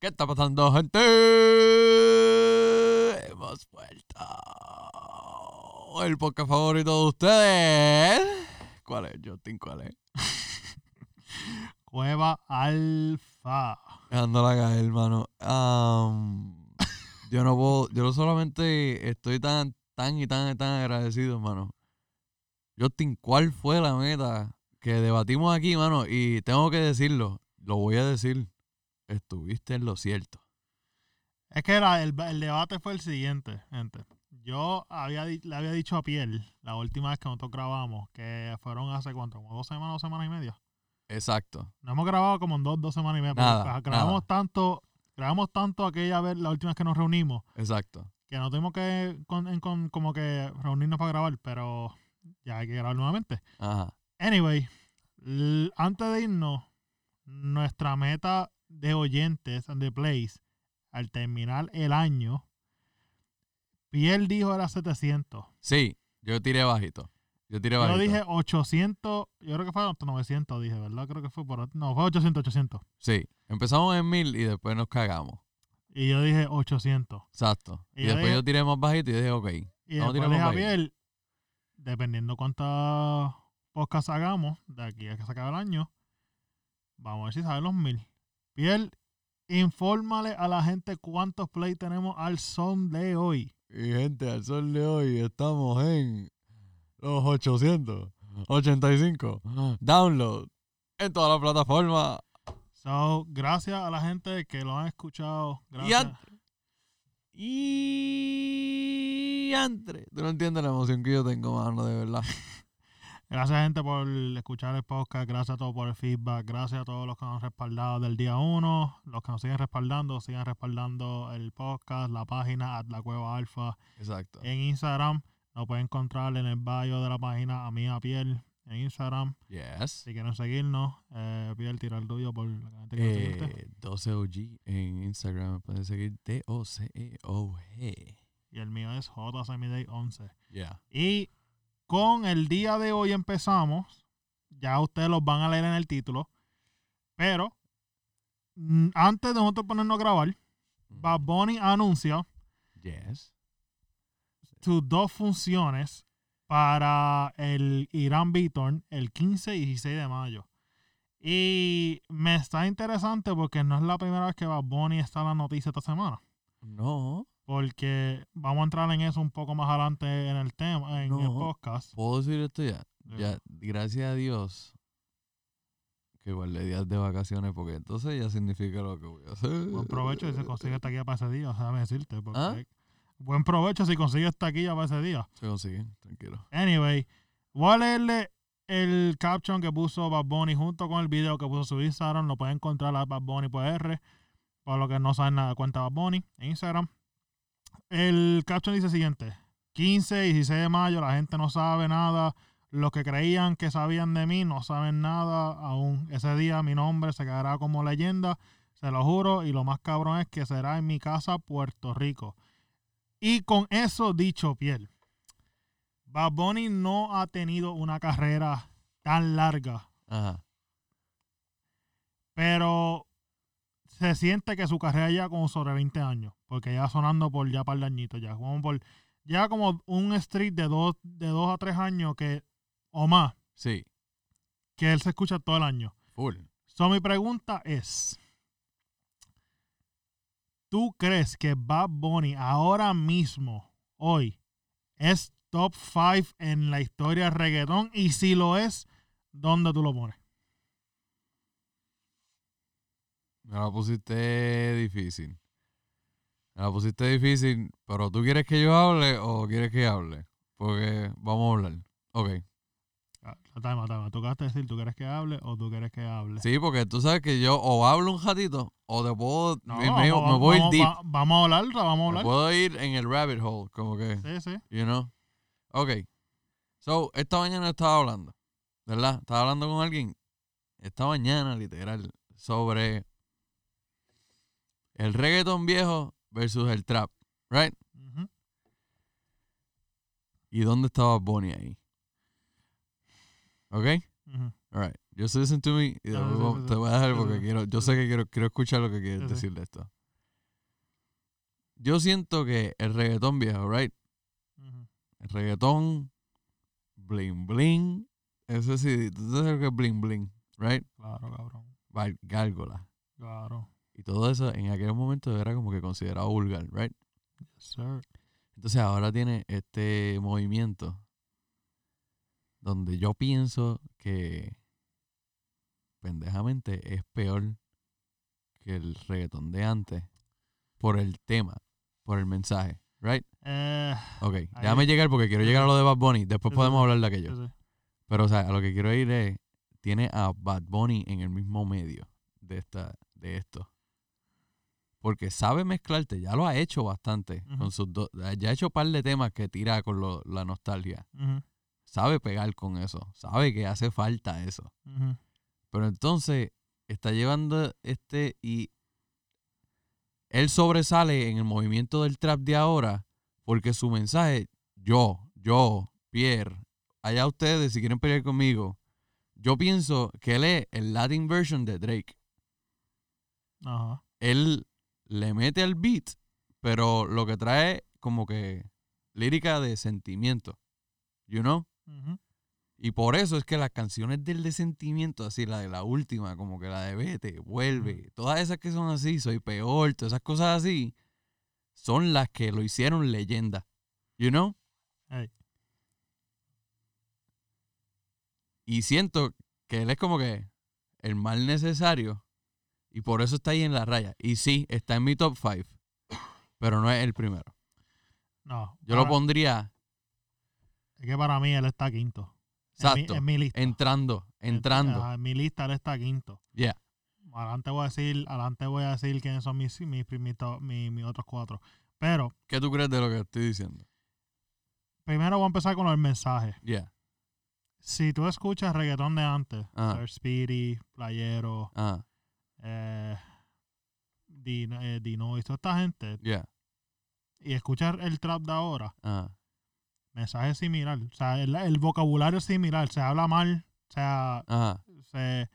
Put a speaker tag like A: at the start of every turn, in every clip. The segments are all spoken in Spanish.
A: ¿Qué está pasando, gente? Hemos vuelto. El podcast favorito de ustedes. ¿Cuál es, Justin? ¿Cuál es?
B: Cueva Alfa.
A: Dejándola caer, hermano. Am, yo no puedo, yo no solamente estoy tan, tan y tan, y tan agradecido, hermano. Justin, ¿cuál fue la meta que debatimos aquí, hermano? Y tengo que decirlo, lo voy a decir. Estuviste en lo cierto.
B: Es que la- el, el debate fue el siguiente, gente. Yo había, di- le había dicho a Piel la última vez que nosotros grabamos, que fueron hace cuánto, como dos semanas, dos semanas y media.
A: Exacto.
B: No hemos grabado como en dos, dos semanas y media.
A: Nada,
B: porque grabamos
A: nada.
B: tanto, grabamos tanto aquella vez, la última vez que nos reunimos,
A: Exacto.
B: que no tuvimos que con- en- con- como que reunirnos para grabar, pero ya hay que grabar nuevamente.
A: Ajá.
B: Anyway, l- antes de irnos, nuestra meta de oyentes and the plays al terminar el año, Piel dijo era 700.
A: Sí, yo tiré bajito. Yo tiré
B: Yo
A: bajito.
B: dije 800, yo creo que fue hasta 900, dije, ¿verdad? Creo que fue por... No, fue 800, 800.
A: Sí, empezamos en mil y después nos cagamos.
B: Y yo dije 800.
A: Exacto.
B: Y
A: Y,
B: yo
A: después
B: dije-
A: yo tiré más bajito y dije, ok.
B: Y
A: Vamos a
B: después
A: tirarlo
B: le dije a
A: para ahí.
B: Piel, dependiendo cuántas podcasts hagamos de aquí a que se acabe el año, vamos a ver si saben los mil. Piel, infórmale a la gente cuántos play tenemos al son de hoy.
A: Y gente, al sol de hoy estamos en los 885 download en todas las plataformas.
B: So, gracias a la gente que lo han escuchado.
A: Y
B: Gracias.
A: antes. Y antes. Tú no entiendes la emoción que yo tengo, mano, de verdad.
B: Gracias, gente, por escuchar el podcast. Gracias a todos por el feedback. Gracias a todos los que nos han respaldado del día uno. Los que nos siguen respaldando, sigan respaldando el podcast, la página, at la cueva alfa.
A: Exacto.
B: en Instagram. Nos pueden encontrar en el bio de la página A Mía Piel en Instagram.
A: Yes.
B: Si quieren seguirnos, eh, Piel, tira el tuyo por la gente que no seguiste.
A: Eh, 12OG en Instagram. Me pueden seguir E D-O-C-E-O-G.
B: Y el mío es JSemiday11.
A: Yeah.
B: Y con el día de hoy empezamos. Ya ustedes los van a leer en el título. Pero mm, antes de nosotros ponernos a grabar, Bad Bunny anuncia
A: Yes.
B: sus dos funciones para el Irán Bitorn el 15 y 16 de mayo. Y me está interesante porque no es la primera vez que Bad Bunny está en la noticia esta semana.
A: No.
B: Porque vamos a entrar en eso un poco más adelante en el tema, en el
A: No.
B: podcast.
A: ¿Puedo decir esto ya? Ya, gracias a Dios que guardé días de vacaciones porque entonces ya significa lo que voy a hacer.
B: Buen provecho si se consigue esta guía para ese día, déjame decirte. porque-
A: ¿Ah?
B: Buen provecho si consigues esta guía para ese día.
A: Se consiguen, tranquilo.
B: Anyway, voy a leerle el caption que puso Bad Bunny junto con el video que puso su Instagram. Lo pueden encontrar a Bad Bunny por R. Para los que no saben nada, cuenta Bad Bunny en Instagram. El caption dice siguiente. 15 y 16 de mayo, la gente no sabe nada. Los que creían que sabían de mí no saben nada aún. Ese día mi nombre se quedará como leyenda, se lo juro. Y lo más cabrón es que será en mi casa, Puerto Rico. Y con eso dicho, Piel. Bad Bunny no ha tenido una carrera tan larga,
A: Ajá.
B: pero se siente que su carrera ya como sobre 20 años, porque ya sonando por ya par de añitos, ya como por ya como un street de dos, de dos a tres años que, o más,
A: Sí,
B: que él se escucha todo el año.
A: full.
B: So, mi pregunta es, ¿tú crees que Bad Bunny ahora mismo, hoy, es top 5 en la historia del reggaetón? Y si lo es, ¿dónde tú lo pones?
A: Me la pusiste difícil. Me la pusiste difícil, pero ¿tú quieres que yo hable o quieres que hable? Porque vamos a hablar. Ok.
B: Ah, Tama, tama, tú acabas de decir, ¿tú quieres que hable o tú quieres que hable?
A: Sí, porque tú sabes que yo o hablo un ratito o te puedo...
B: No,
A: me, me-
B: vamos,
A: me
B: vamos,
A: voy
B: vamos,
A: deep.
B: va- vamos a hablar, vamos a
A: Me
B: hablar.
A: puedo ir en el rabbit hole, como que...
B: Sí, sí.
A: You know? Ok. So, esta mañana estaba hablando, ¿verdad? Estaba hablando con alguien esta mañana, literal, sobre el reggaeton viejo versus el trap, ¿right?
B: Ujú.
A: ¿Y dónde estaba Bonnie ahí? ¿Ok?
B: Ujú.
A: All right. Just listen to me. y
B: Ah,
A: después
B: sí,
A: vamos-
B: sí,
A: te
B: sí.
A: voy a dejar
B: Sí,
A: porque
B: sí.
A: quiero. Yo sé que quiero, quiero escuchar lo que quieres
B: Sí, sí.
A: decir de esto. Yo siento que el reggaetón viejo, right?
B: Ujú.
A: El reggaetón, bling bling. Ese sí, tú sabes lo que es bling bling, right?
B: Claro, cabrón.
A: Val- Gárgola.
B: Claro.
A: Y todo eso en aquel momento era como que considerado vulgar, right?
B: Yes, sir.
A: Entonces ahora tiene este movimiento donde yo pienso que pendejamente es peor que el reggaetón de antes por el tema, por el mensaje, right?
B: Eh,
A: Ok, déjame llegar porque quiero llegar a lo de Bad Bunny, después
B: Sí, sí,
A: podemos
B: sí.
A: hablar de
B: sí,
A: aquello.
B: sí.
A: Pero o sea, a lo que quiero ir es, tiene a Bad Bunny en el mismo medio de, esta, de esto. Porque sabe mezclarte, ya lo ha hecho bastante.
B: Ujú.
A: con sus dos- Ya ha hecho un par de temas que tira con lo- la nostalgia.
B: Ujú,
A: Sabe pegar con eso, sabe que hace falta eso.
B: ujú.
A: Pero entonces está llevando este y él sobresale en el movimiento del trap de ahora porque su mensaje, yo, yo, Pierre, allá ustedes si quieren pelear conmigo, yo pienso que él es el Latin version de Drake.
B: Ajá.
A: Él le mete al beat, pero lo que trae como que lírica de sentimiento, you know?
B: Ujú.
A: Y por eso es que las canciones del de sentimiento, así la de la última, como que la de Vete, Vuelve, todas esas que son así, Soy Peor, todas esas cosas así, son las que lo hicieron leyenda. You know?
B: Ey.
A: Y siento que él es como que el mal necesario y por eso está ahí en la raya. Y sí, está en mi top 5, pero no es el primero.
B: No.
A: Yo lo
B: para-
A: pondría
B: Es que para mí él está quinto. En mi-
A: Exacto.
B: En mi, lista.
A: entrando,
B: En-
A: entrando.
B: ajá, en mi lista él está quinto.
A: Yeah.
B: Adelante voy a decir, adelante voy a decir quiénes son mis, mis, primitos- mis, mis otros cuatro. Pero
A: ¿Qué tú crees de lo que estoy diciendo?
B: primero voy a empezar con el mensaje.
A: Yeah.
B: Si tú escuchas reggaetón de antes,
A: Ajá.
B: Sir Speedy, Playero,
A: Ah,
B: eh, Dino, eh, Dinois, toda esta gente,
A: yeah.
B: y escuchas el trap de ahora,
A: Ah.
B: mensaje similar. O sea, el, el vocabulario es similar. Se habla mal. O sea,
A: Ajá,
B: se,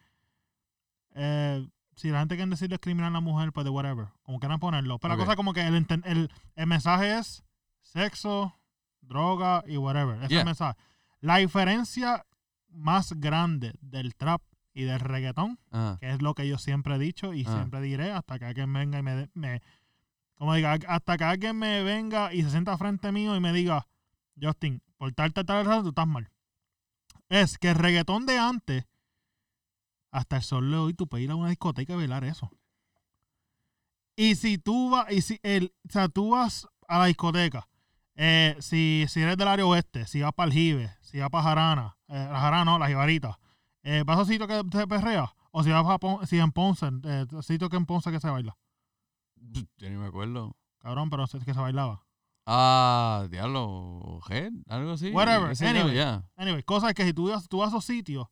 B: eh, si la gente quiere decir discriminar a la mujer, pues de whatever. Como quieran ponerlo. Pero
A: Ok.
B: la cosa como que el, enten- el, el mensaje es sexo, droga y whatever. Ese es
A: Yeah.
B: el mensaje. La diferencia más grande del trap y del reggaetón,
A: ajá,
B: que es lo que yo siempre he dicho y
A: Ah.
B: siempre diré hasta que alguien venga y me, de- me como diga, hasta que alguien me venga y se sienta frente mío y me diga, Justin, por tal, tal, tal razón tú estás mal. Es que el reggaetón de antes, hasta el sol de hoy, tú puedes ir a una discoteca y bailar eso. Y si tú vas, y si el, o sea, tú vas a la discoteca, eh, si, si eres del área oeste, si vas para el Jive, si vas para Jarana, eh, la Jarana no, la Jibarita, eh, ¿vas a un sitio que se perrea? O si vas a Pon- si en Ponce, eh, sitio que en Ponce que se baila.
A: Pff, Yo ni me acuerdo.
B: Cabrón, pero es que se bailaba.
A: Ah, diablo, head, algo así.
B: Whatever,
A: qué sé yo,
B: anyway.
A: yeah.
B: Anyway, cosas que si tú vas, tú vas a esos sitios,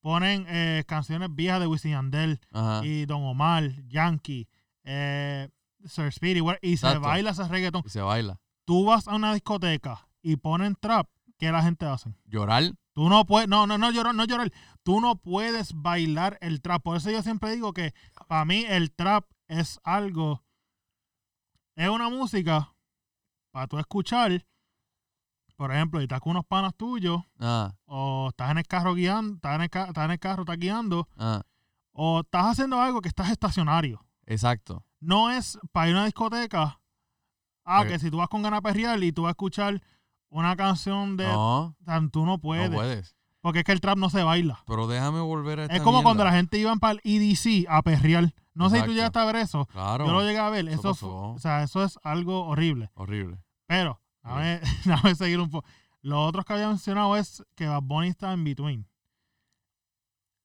B: ponen eh, canciones viejas de Wisin y Yandel
A: Ajá. Y,
B: y Don Omar, Yankee, eh, Sir Speedy, wha- y se
A: Exacto.
B: baila ese reggaetón.
A: se baila.
B: Tú vas a una discoteca y ponen trap, ¿qué la gente hace?
A: Llorar.
B: Tú no puedes, no, no, no llorar, no llorar. Tú no puedes bailar el trap. Por eso yo siempre digo que para mí el trap es algo, es una música para tú escuchar. Por ejemplo, y estás con unos panas tuyos
A: Ah,
B: o estás en el carro guiando, estás en el, ca- estás en el carro, estás guiando,
A: ah,
B: o estás haciendo algo que estás estacionario.
A: exacto.
B: No es para ir a una discoteca. Ah,
A: Ok.
B: que si tú vas con ganas de perrear y tú vas a escuchar una canción de...
A: No,
B: tan- Tú no puedes,
A: no puedes.
B: Porque es que el trap no se baila.
A: Pero déjame volver a esta
B: Es como cuando
A: mierda.
B: la gente iba para el EDC a perrear. No sé si
A: Exacto.
B: tú llegaste a ver eso.
A: Claro,
B: Yo lo llegué a ver.
A: Eso
B: Eso,
A: pasó.
B: fu- o sea, eso es algo horrible.
A: horrible.
B: Pero, a ver, déjame seguir un poco. Lo otro que había mencionado es que Bad Bunny está en between.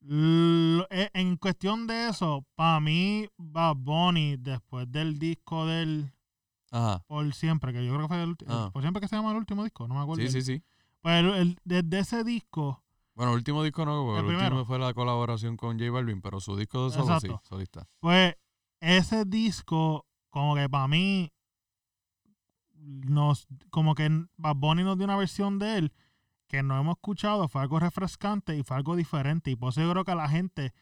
B: L- e- en cuestión de eso, para mí, Bad Bunny, después del disco del
A: Ajá,
B: Por Siempre, que yo creo que fue el ulti-
A: Ah.
B: Por Siempre que se llama el último disco, no me acuerdo.
A: sí, sí, sí.
B: Pues el- el- desde ese disco,
A: Bueno, el último disco no, porque el,
B: El
A: último
B: primero.
A: fue la colaboración con J Balvin, pero su disco de solo
B: Exacto.
A: sí, solista.
B: pues ese disco, como que para mí, nos, como que Bad Bunny nos dio una versión de él que no hemos escuchado fue algo refrescante y fue algo diferente. Y por eso yo creo que la gente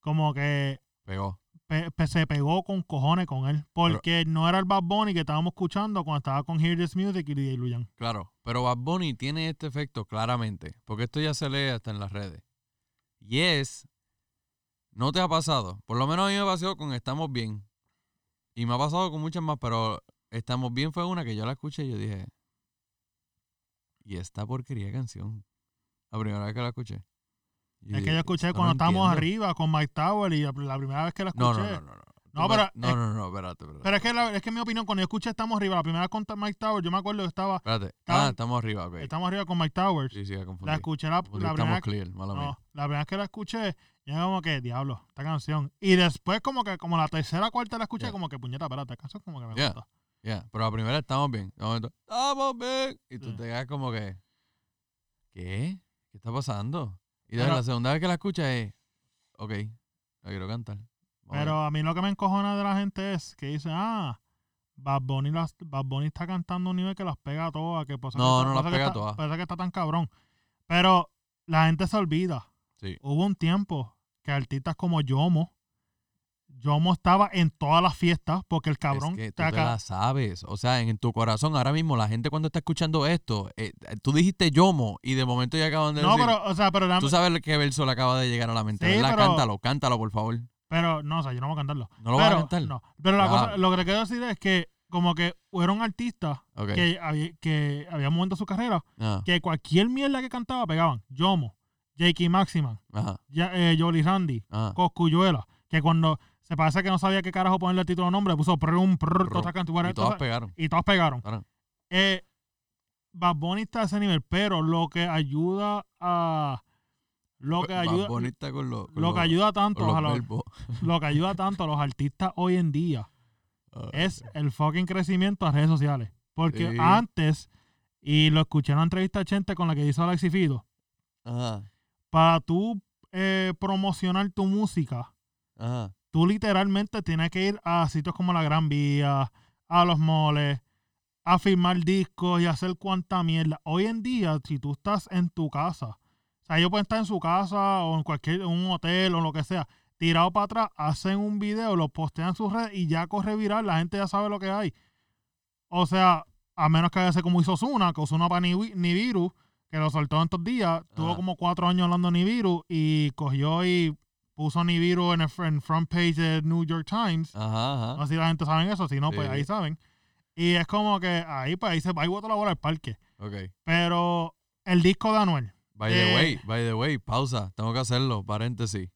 B: como que
A: Pegó.
B: pe- pe- se pegó con cojones con él. Porque no era el Bad Bunny que estábamos escuchando cuando estaba con Hear This Music y DJ Luyan.
A: Claro, pero Bad Bunny tiene este efecto claramente, porque esto ya se lee hasta en las redes. Y es, no te ha pasado, por lo menos a mí me pasó con Estamos Bien. Y me ha pasado con muchas más, pero Estamos Bien fue una que yo la escuché y yo dije, ¿y esta porquería de canción? La primera vez que la escuché. Y yo
B: Es que
A: dije,
B: yo escuché
A: "Esto no
B: cuando estábamos
A: entiendo".
B: arriba con Mike Tower y la, la primera vez que la escuché.
A: No, no, no, no. No,
B: No,
A: Tú me-
B: pero- eh,
A: No, no, no, espérate, espérate.
B: Pero es que, la- es que en mi opinión, cuando yo escuché Estamos Arriba, la primera vez con Mike Tower, yo me acuerdo que estaba,
A: Espérate.
B: estaban-
A: Ah, estamos arriba, ok.
B: Estamos Arriba con Mike Towers.
A: Sí, sí, ya confundí.
B: la escuché la,
A: Confundí,
B: la primera
A: estamos clear, mala mía.
B: No, la primera vez que la escuché, yo como que, diablo, esta canción. Y después como que, como la tercera cuarta la escuché,
A: Yeah.
B: como que, puñeta, espérate, esta canción como que me
A: Yeah.
B: gusta.
A: Ya, pero la primera estamos bien. De momento, estamos bien. Y tú
B: Sí.
A: te quedas como que, ¿qué? ¿Qué está pasando? Y
B: Pero-
A: desde la segunda vez que la escuchas es, ok, la quiero cantar. Vamos a ver.
B: Pero a mí lo que me encojona de la gente es que dice, ah, Bad Bunny, las- Bad Bunny está cantando a un nivel que las pega a todas. Que pasa
A: No,
B: que,
A: no
B: pasa
A: las
B: que
A: pega
B: está-
A: todas.
B: Pasa que está tan cabrón. Pero la gente se olvida.
A: Sí.
B: Hubo un tiempo que artistas como Yomo, Yomo estaba en todas las fiestas porque el cabrón...
A: es que tú
B: está
A: te
B: ca-
A: la sabes. O sea, en, tu corazón, ahora mismo, la gente cuando está escuchando esto, eh, tú dijiste Yomo y de momento ya acaban de
B: No,
A: decir.
B: pero, o sea, pero,
A: Tú sabes qué verso le acaba de llegar a la mente.
B: Sí,
A: ¿verdad?
B: pero-
A: Cántalo, cántalo, por favor.
B: pero no, o sea, yo no voy a cantarlo.
A: No lo vas a
B: pero,
A: cantar.
B: no. Pero la
A: Ya.
B: cosa, lo que le quiero decir es que como que era un artista
A: Ok.
B: que había, que había un momento de su carrera
A: Ah,
B: que cualquier mierda que cantaba pegaban. Yomo, Jakey Maximan,
A: ajá,
B: ya, eh, Jolly Randy,
A: ajá.
B: Coscuyuela, que cuando se parece que no sabía qué carajo ponerle el título o nombre, puso prum, prr, todas estas cantu-
A: Y todas
B: todas-
A: pegaron.
B: y todas pegaron.
A: Claro.
B: Eh, Bad Bunny está a ese nivel, pero lo que ayuda a... Lo que
A: Pues, Bad
B: ayuda,
A: Bunny está con los- con
B: lo que
A: los-
B: ayuda
A: con
B: tanto
A: los
B: a los,
A: verbos.
B: lo que ayuda tanto a los artistas hoy en día
A: Ah.
B: es el fucking crecimiento a redes sociales. Porque
A: Sí.
B: antes, y lo escuché en una entrevista a Chente con la que hizo Alexi Fido,
A: Ajá,
B: para tú eh, promocionar tu música,
A: ajá.
B: tú literalmente tienes que ir a sitios como la Gran Vía, a los moles, a firmar discos y hacer cuanta mierda. Hoy en día, si tú estás en tu casa, o sea, ellos pueden estar en su casa o en cualquier en un hotel o lo que sea, tirado para atrás, hacen un video, lo postean en sus redes y ya corre viral, la gente ya sabe lo que hay. O sea, a menos que haya sido como hizo Osuna, que Osuna para Nibi- Nibiru, que lo soltó en estos días, tuvo
A: Ajá.
B: como cuatro años hablando de Nibiru y cogió y puso a Nibiru en el fr- en front page del New York Times.
A: Ajá,
B: No
A: ajá.
B: sé si la gente sabe eso, si no, pues
A: Sí.
B: ahí saben. Y es como que ahí, pues ahí se va y bota la bola al parque.
A: Ok.
B: Pero el disco de Anuel,
A: By
B: Eh.
A: the way, by the way, pausa. Tengo que hacerlo, paréntesis.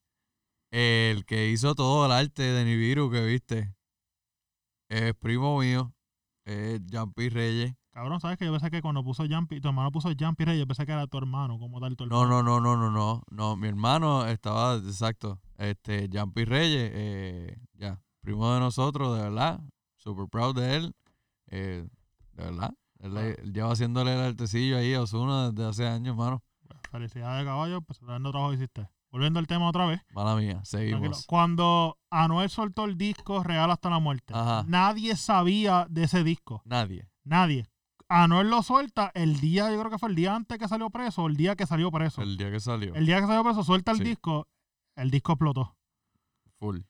A: El que hizo todo el arte de Nibiru que viste es primo mío, es Jampi Reyes.
B: cabrón, ¿sabes que Yo pensé que cuando puso Jumpy, tu hermano puso Jumpy Reyes, yo pensé que era tu hermano, como tal, tu hermano.
A: No, no, no, no, no, no. No, mi hermano estaba, exacto. Este, Jampi Reyes, eh, ya, primo de nosotros, de verdad. Super proud de él. eh, de verdad. Él,
B: Ah.
A: le- él lleva haciéndole el artecillo ahí a Osuna desde hace años, hermano.
B: Felicidades, caballo, pues dando trabajo que hiciste. Volviendo al tema otra vez.
A: Mala mía,
B: tranquilo.
A: seguimos.
B: Cuando Anuel soltó el disco Real hasta la muerte,
A: Ajá.
B: nadie sabía de ese disco.
A: Nadie.
B: Nadie. Anuel lo suelta el día, yo creo que fue el día antes que salió preso, o el día que salió preso.
A: El día que salió.
B: El día que salió preso, suelta el
A: Sí.
B: disco, el disco explotó.
A: Full.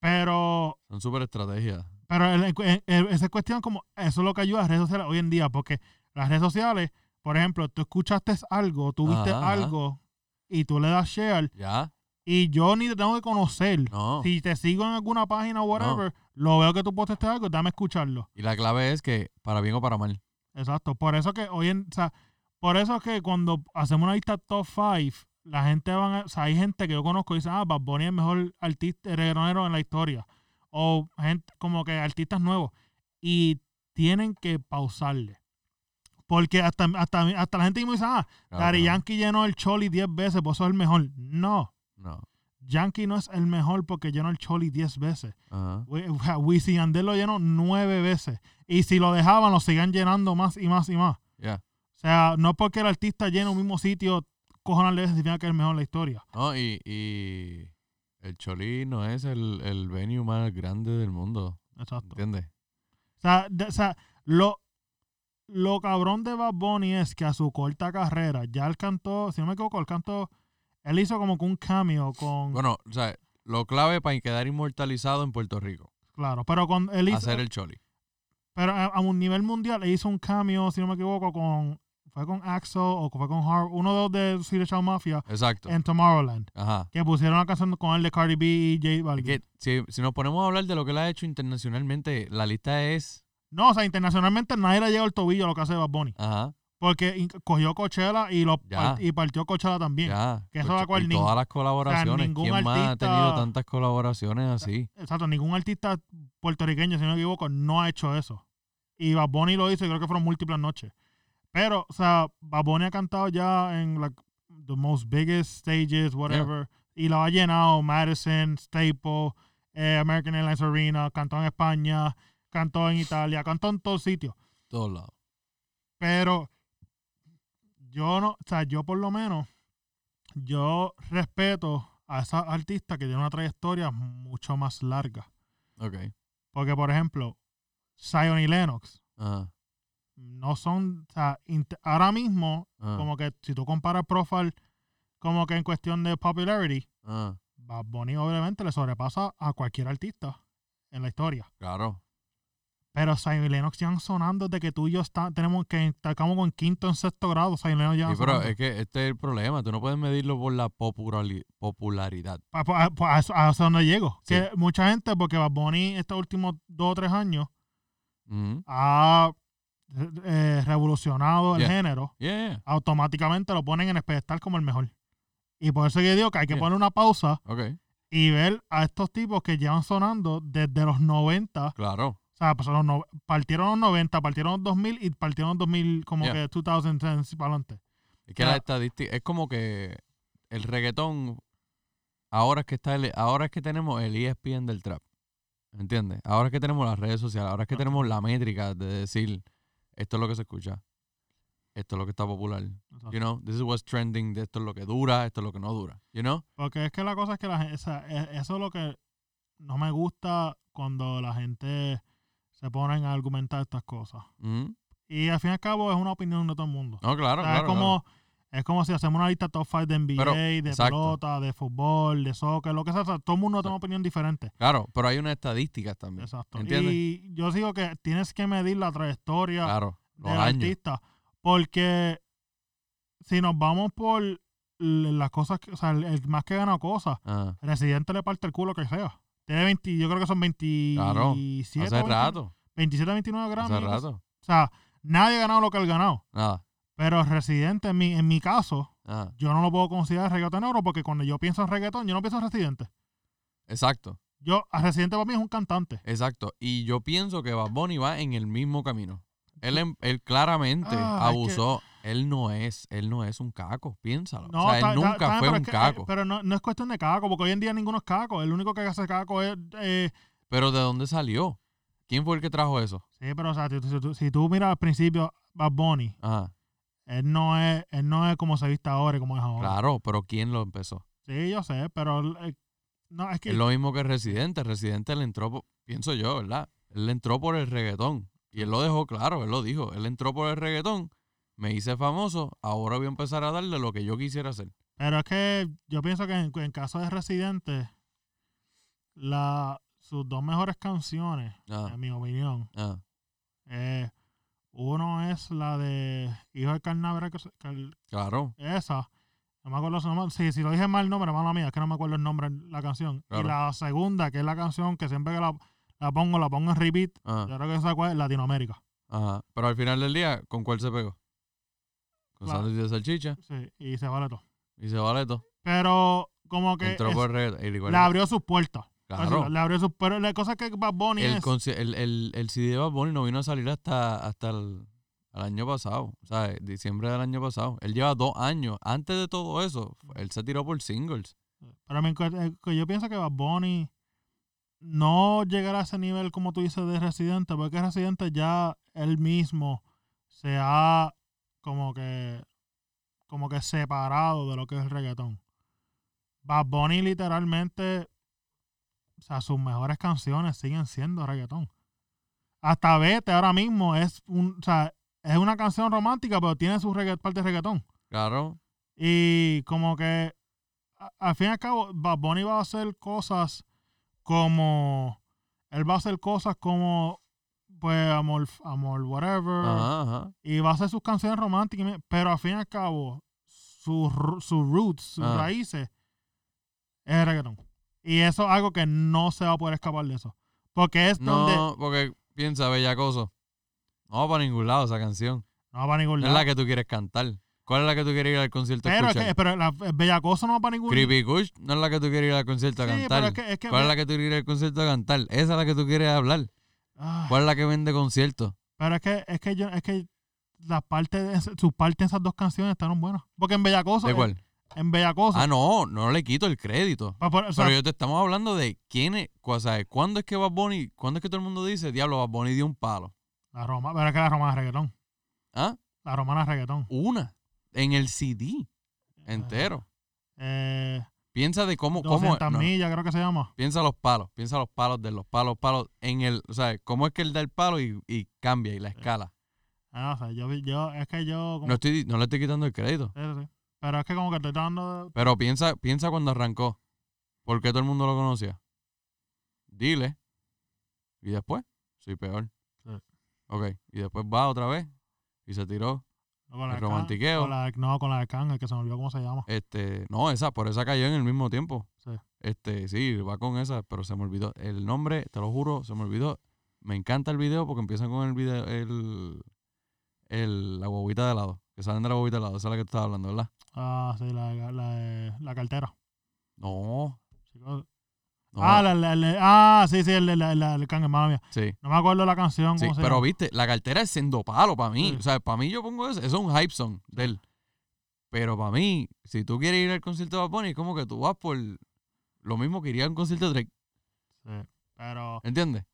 B: Pero,
A: Son súper estrategias.
B: pero el- el- el- esa es cuestión como, eso es lo que ayuda a las redes sociales hoy en día, porque las redes sociales, por ejemplo, tú escuchaste algo, tú viste
A: Ajá, ajá.
B: algo, y tú le das share,
A: ¿Ya?
B: y yo ni te tengo que conocer.
A: No.
B: Si te sigo en alguna página o whatever, lo veo que tú posteaste algo, dame escucharlo.
A: Y la clave es que, para bien o para mal.
B: Exacto. Por eso que hoy en, o sea, por eso es que cuando hacemos una lista top 5, la gente van a, o sea, hay gente que yo conozco y dice, ah, Bad Bunny es el mejor artista reggaetonero en la historia. O gente, como que artistas nuevos. Y tienen que pausarle. Porque hasta, hasta, hasta la gente mismo dice, ah,
A: Claro,
B: Daddy
A: claro.
B: Yankee llenó el Choli 10 veces, por eso es el mejor. No,
A: No.
B: Yankee no es el mejor porque llenó el Choli 10 veces.
A: Ajá.
B: We- o sea, Wisin y Yandel lo llenó nueve veces. Y si lo dejaban, lo seguían llenando más y más y más.
A: Ya.
B: O sea, no porque el artista llena un mismo sitio, cojonales veces significa que es el mejor en la historia.
A: No, y, y el Cholí no es el, el venue más grande del mundo.
B: Exacto.
A: ¿Entiendes?
B: O sea, de- o sea, lo, Lo cabrón de Bad Bunny es que a su corta carrera, ya él cantó, si no me equivoco, él cantó, él hizo como que un cameo con,
A: Bueno, o sea, lo clave para quedar inmortalizado en Puerto Rico,
B: claro, pero con, él hizo,
A: hacer el choli.
B: pero a, a un nivel mundial, él hizo un cameo, si no me equivoco, con, fue con Axel o fue con Har, uno de los de Swedish House Mafia
A: Exacto.
B: en Tomorrowland,
A: Ajá.
B: que pusieron la canción con él de Cardi B y J
A: Es
B: Balvin.
A: que si, si nos ponemos a hablar de lo que él ha hecho internacionalmente, la lista es...
B: No, o sea, internacionalmente nadie le llega el tobillo a lo que hace Bad Bunny.
A: Ajá,
B: Porque in- cogió Coachella y, lo
A: Ya.
B: par- y partió Coachella también.
A: ya. pues,
B: que eso da
A: y
B: cual nin-
A: todas las colaboraciones.
B: ningún
A: ¿Quién más ha
B: artista-
A: tenido tantas colaboraciones así?
B: Exacto, ningún artista puertorriqueño, si no me equivoco, no ha hecho eso. Y Bad Bunny lo hizo y creo que fueron múltiples noches. Pero, o sea, Bad Bunny ha cantado ya en like, the most biggest stages, whatever. Y lo ha llenado Madison, Staple, eh, American Airlines Arena, cantó en España, cantó en Italia, cantó en todos sitios.
A: Todos lados.
B: Pero yo no, o sea, yo por lo menos, yo respeto a esas artistas que tienen una trayectoria mucho más larga.
A: Ok.
B: Porque, por ejemplo, Zion y Lennox
A: Ajá.
B: no son, o sea, int- ahora mismo,
A: ajá,
B: como que si tú comparas Profile, como que en cuestión de popularity,
A: ajá.
B: Bad Bunny obviamente le sobrepasa a cualquier artista en la historia.
A: Claro.
B: Pero Zion y Lennox llevan sonando desde que tú y yo está- tenemos que estamos con quinto en sexto grado. Zion y Lennox llevan
A: Sí, pero
B: sonando.
A: es que este es el problema. Tú no puedes medirlo por la populari- popularidad.
B: Pa- pa- pa- a, eso- a eso es donde llego.
A: Sí.
B: Que mucha gente, porque Bad Bunny estos últimos dos o tres años
A: Ujú.
B: ha eh, revolucionado el
A: Yeah.
B: género,
A: Yeah, yeah.
B: automáticamente lo ponen en espectáculo como el mejor. Y por eso que digo que hay que
A: Yeah.
B: poner una pausa
A: Ok,
B: y ver a estos tipos que llevan sonando desde los 90, o
A: claro.
B: sea, pues los no- partieron los 90, partieron los 2000 y partieron los 2000 como
A: Yeah.
B: que 2010 para adelante.
A: Es que
B: Ya.
A: la estadística es como que el reggaetón ahora es que está el- ahora es que tenemos el E ESPN del trap. ¿Entiendes? Ahora es que tenemos las redes sociales, ahora es que
B: Exacto.
A: tenemos la métrica de decir esto es lo que se escucha. Esto es lo que está popular.
B: Exacto.
A: You know, this is what's trending, de esto es lo que dura, esto es lo que no dura. You know?
B: Porque es que la cosa es que la gente, o sea, e- eso es lo que no me gusta cuando la gente se ponen a argumentar estas cosas.
A: Mm.
B: Y al fin y al cabo es una opinión de todo el mundo.
A: No, claro, claro,
B: O sea, Ah, es como es como si hacemos una lista top 5 de NBA,
A: Pero,
B: de
A: exacto.
B: pelota, de fútbol, de soccer, lo que sea. o sea, todo el mundo tiene una opinión diferente.
A: claro. Claro, pero hay unas estadísticas también.
B: Exacto.
A: ¿Entiendes?
B: Y yo digo que tienes que medir la trayectoria
A: Claro, los
B: del
A: años.
B: artista. Porque si nos vamos por l- las cosas, que- o sea, el, el más que gana cosas,
A: Ah,
B: Residente le parte el culo que sea. Tiene 20, yo creo que son 27.
A: Claro, hace
B: 20,
A: rato,
B: 27, 29 gramos.
A: hace rato.
B: O sea, nadie ha ganado lo que él ha ganado.
A: Nada,
B: Pero Residente, en mi, en mi caso,
A: nada.
B: yo no lo puedo considerar reggaetonero porque cuando yo pienso en reggaetón, yo no pienso en Residente.
A: Exacto.
B: Yo, a Residente para mí es un cantante.
A: Exacto. Y yo pienso que Bad Bunny va en el mismo camino. Él, em- él claramente
B: Ah, es que-
A: abusó. Él no es, él no es un caco, piénsalo.
B: No,
A: o sea,
B: está-
A: él
B: está-
A: nunca
B: está bien,
A: fue
B: pero
A: un
B: es que-
A: caco.
B: eh, pero no, no es cuestión de caco, porque hoy en día ninguno es caco. El único que hace caco es. eh,
A: Pero ¿de dónde salió? ¿Quién fue el que trajo eso?
B: sí, pero o sea, si, si tú- si tú miras al principio Bad Bunny,
A: Ajá.
B: él no es, él no es como se viste ahora y como es ahora.
A: Claro, pero ¿quién lo empezó?
B: Sí, yo sé, pero eh, no, es que
A: Es lo mismo que Residente. Residente le entró, po- pienso yo, ¿verdad? Él le entró por el reggaetón. Y él lo dejó claro, él lo dijo. Él entró por el reggaetón, me hice famoso, ahora voy a empezar a darle lo que yo quisiera hacer.
B: pero es que yo pienso que en, en caso de Residente la sus dos mejores canciones,
A: Ah,
B: en mi opinión,
A: ah.
B: eh, uno es la de Hijo de Carnaval, que se- cal-
A: Claro,
B: esa, no me acuerdo su nombre, sí, si lo dije mal nombre, mala mía, es que no me acuerdo el nombre de la canción.
A: Claro.
B: Y la segunda, que es la canción que siempre que la, la pongo, la pongo en repeat,
A: ah.
B: yo creo que esa cual es Latinoamérica.
A: Ajá. Pero al final del día, ¿con cuál se pegó? Con
B: Claro.
A: sándwich de salchicha
B: Sí, y se vale todo.
A: y se vale todo.
B: Pero como que
A: Entró
B: es-
A: por el reggaetón. El, igual-
B: le abrió sus puertas.
A: claro.
B: Pues, Le abrió sus pero la cosa es que Bad Bunny
A: El,
B: es-
A: conci- el, el, el CD de Bad Bunny no vino a salir hasta, hasta el, al año pasado. O sea, eh, diciembre del año pasado. Él lleva dos años. Antes de todo eso, él se tiró por singles.
B: Pero me encu- eh, que yo pienso que Bad Bunny no llegará a ese nivel, como tú dices, de Residente, porque Residente ya él mismo se ha como que como que separado de lo que es el reggaetón. Bad Bunny literalmente, o sea, sus mejores canciones siguen siendo reggaetón. Hasta Vete ahora mismo es un, o sea, es una canción romántica, pero tiene su regga- parte de reggaetón.
A: Claro.
B: Y como que a- al fin y al cabo, Bad Bunny va a hacer cosas como. Él va a hacer cosas como. Pues amor, amor, whatever.
A: Ajá, ajá.
B: Y va a hacer sus canciones románticas. y me- Pero al fin y al cabo, sus ru- sus roots, sus
A: Ah.
B: raíces, es reggaetón. Y eso es algo que no se va a poder escapar de eso. Porque es donde.
A: No, porque piensa, bellacoso. No va para ningún lado esa canción.
B: No va para ningún
A: No
B: lado.
A: es la que tú quieres cantar. ¿Cuál es la que tú quieres ir al concierto a
B: pero es
A: escuchar?
B: que, pero la, el Bellacoso no va para ningún
A: Creepy Kush no es la que tú quieres ir al concierto a
B: Sí,
A: cantar.
B: pero es que, es que
A: ¿Cuál es la que tú quieres ir al concierto a cantar? Esa es la que tú quieres hablar.
B: Ah.
A: ¿Cuál es la que vende conciertos?
B: Pero es que, es que yo, es que las partes de ese- sus partes en esas dos canciones estaron buenas. Porque en Bellacoso,
A: ¿De
B: en,
A: cuál?
B: en Bellacoso,
A: Ah, no, no le quito el crédito.
B: pa- por- o sea,
A: Ah, Pero yo te estamos hablando de quién es, o sea, cuándo es que Bad Bunny, cuándo es que todo el mundo dice, diablo, Bad Bunny dio un palo.
B: la Roma, pero es que la romana es reggaetón.
A: ¿Ah?
B: La romana es reggaetón.
A: Una. En el CD entero.
B: Eh,
A: Piensa de cómo, cómo
B: 200
A: no,
B: millas creo que se llama.
A: piensa los palos, piensa los palos de los palos, palos en el, o sea, cómo es que él da el palo y, y cambia y la escala.
B: Ah, o sea, yo, vi- yo, es que yo, como-
A: No estoy, no le estoy quitando el crédito,
B: sí, sí, sí. pero es que como que te dando,
A: pero piensa, piensa cuando arrancó, ¿por qué todo el mundo lo conocía? Dile y después, soy peor.
B: Sí.
A: Ok, y después va otra vez y se tiró.
B: con la
A: El
B: de Can-
A: romantiqueo.
B: con la de- no, con la de Kang, que se me olvidó cómo se llama.
A: Este, no, esa, por esa cayó en el mismo tiempo.
B: Sí.
A: Este, sí, va con esa, pero se me olvidó. El nombre, te lo juro, se me olvidó. Me encanta el video porque empiezan con el video, el, el- la guaguita de lado. Que salen de la guaguita de lado, esa es la que tú estabas hablando, ¿verdad?
B: Ah, sí, la, la, la, la cartera.
A: No,
B: Sí, co-
A: no,
B: Ah, la, la- la- ah, sí, sí, el de la, la, el Kang, madre mía.
A: sí,
B: No me acuerdo la canción.
A: sí,
B: cómo se
A: pero
B: llama.
A: viste, la cartera es sendo palo para mí.
B: Sí.
A: O sea, para mí yo pongo eso, eso es un hype song de él. Pero para mí, si tú quieres ir al concierto de Bad Bunny, es como que tú vas por lo mismo que iría a un concierto de Drake,
B: Pero
A: ¿entiendes?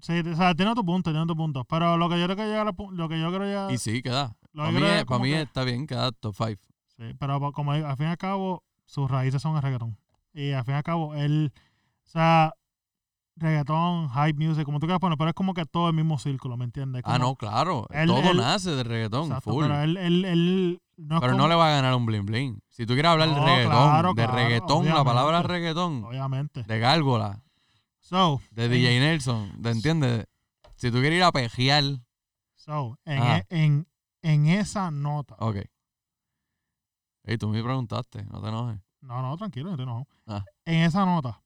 B: Sí, o sea, tiene tu punto, tiene tu punto. Pero lo que yo creo que llega, a la pu- lo que yo creo ya.
A: Y sí, queda.
B: lo
A: Para
B: que
A: mí,
B: creo
A: es-
B: es
A: pa'
B: como
A: mí
B: que-
A: está bien quedar top 5.
B: sí, pero pa- como digo, al fin y al cabo, sus raíces son el reggaetón. Y al fin y al cabo, él, o sea, reggaetón, hype music, como tú quieras poner, pero es como que todo el mismo círculo, ¿me entiendes?
A: Ah,
B: Como-
A: no, claro.
B: Él-
A: todo
B: él-
A: nace del reggaetón,
B: exacto,
A: full.
B: Pero
A: Pero,
B: él, él, él no es
A: no
B: como-
A: le va a ganar un blin blin. Si tú quieres hablar de
B: No,
A: reggaetón,
B: claro,
A: de
B: claro,
A: reggaetón, la palabra
B: obviamente.
A: reggaetón,
B: obviamente.
A: de gárgola,
B: So,
A: de
B: en-
A: DJ Nelson, ¿te entiendes? Si tú quieres ir a pejear,
B: so, en,
A: Ah.
B: e- en, en esa nota.
A: ok. Ey, tú me preguntaste, no te enojes.
B: No, no, tranquilo, no te enojo.
A: Ah.
B: En esa nota,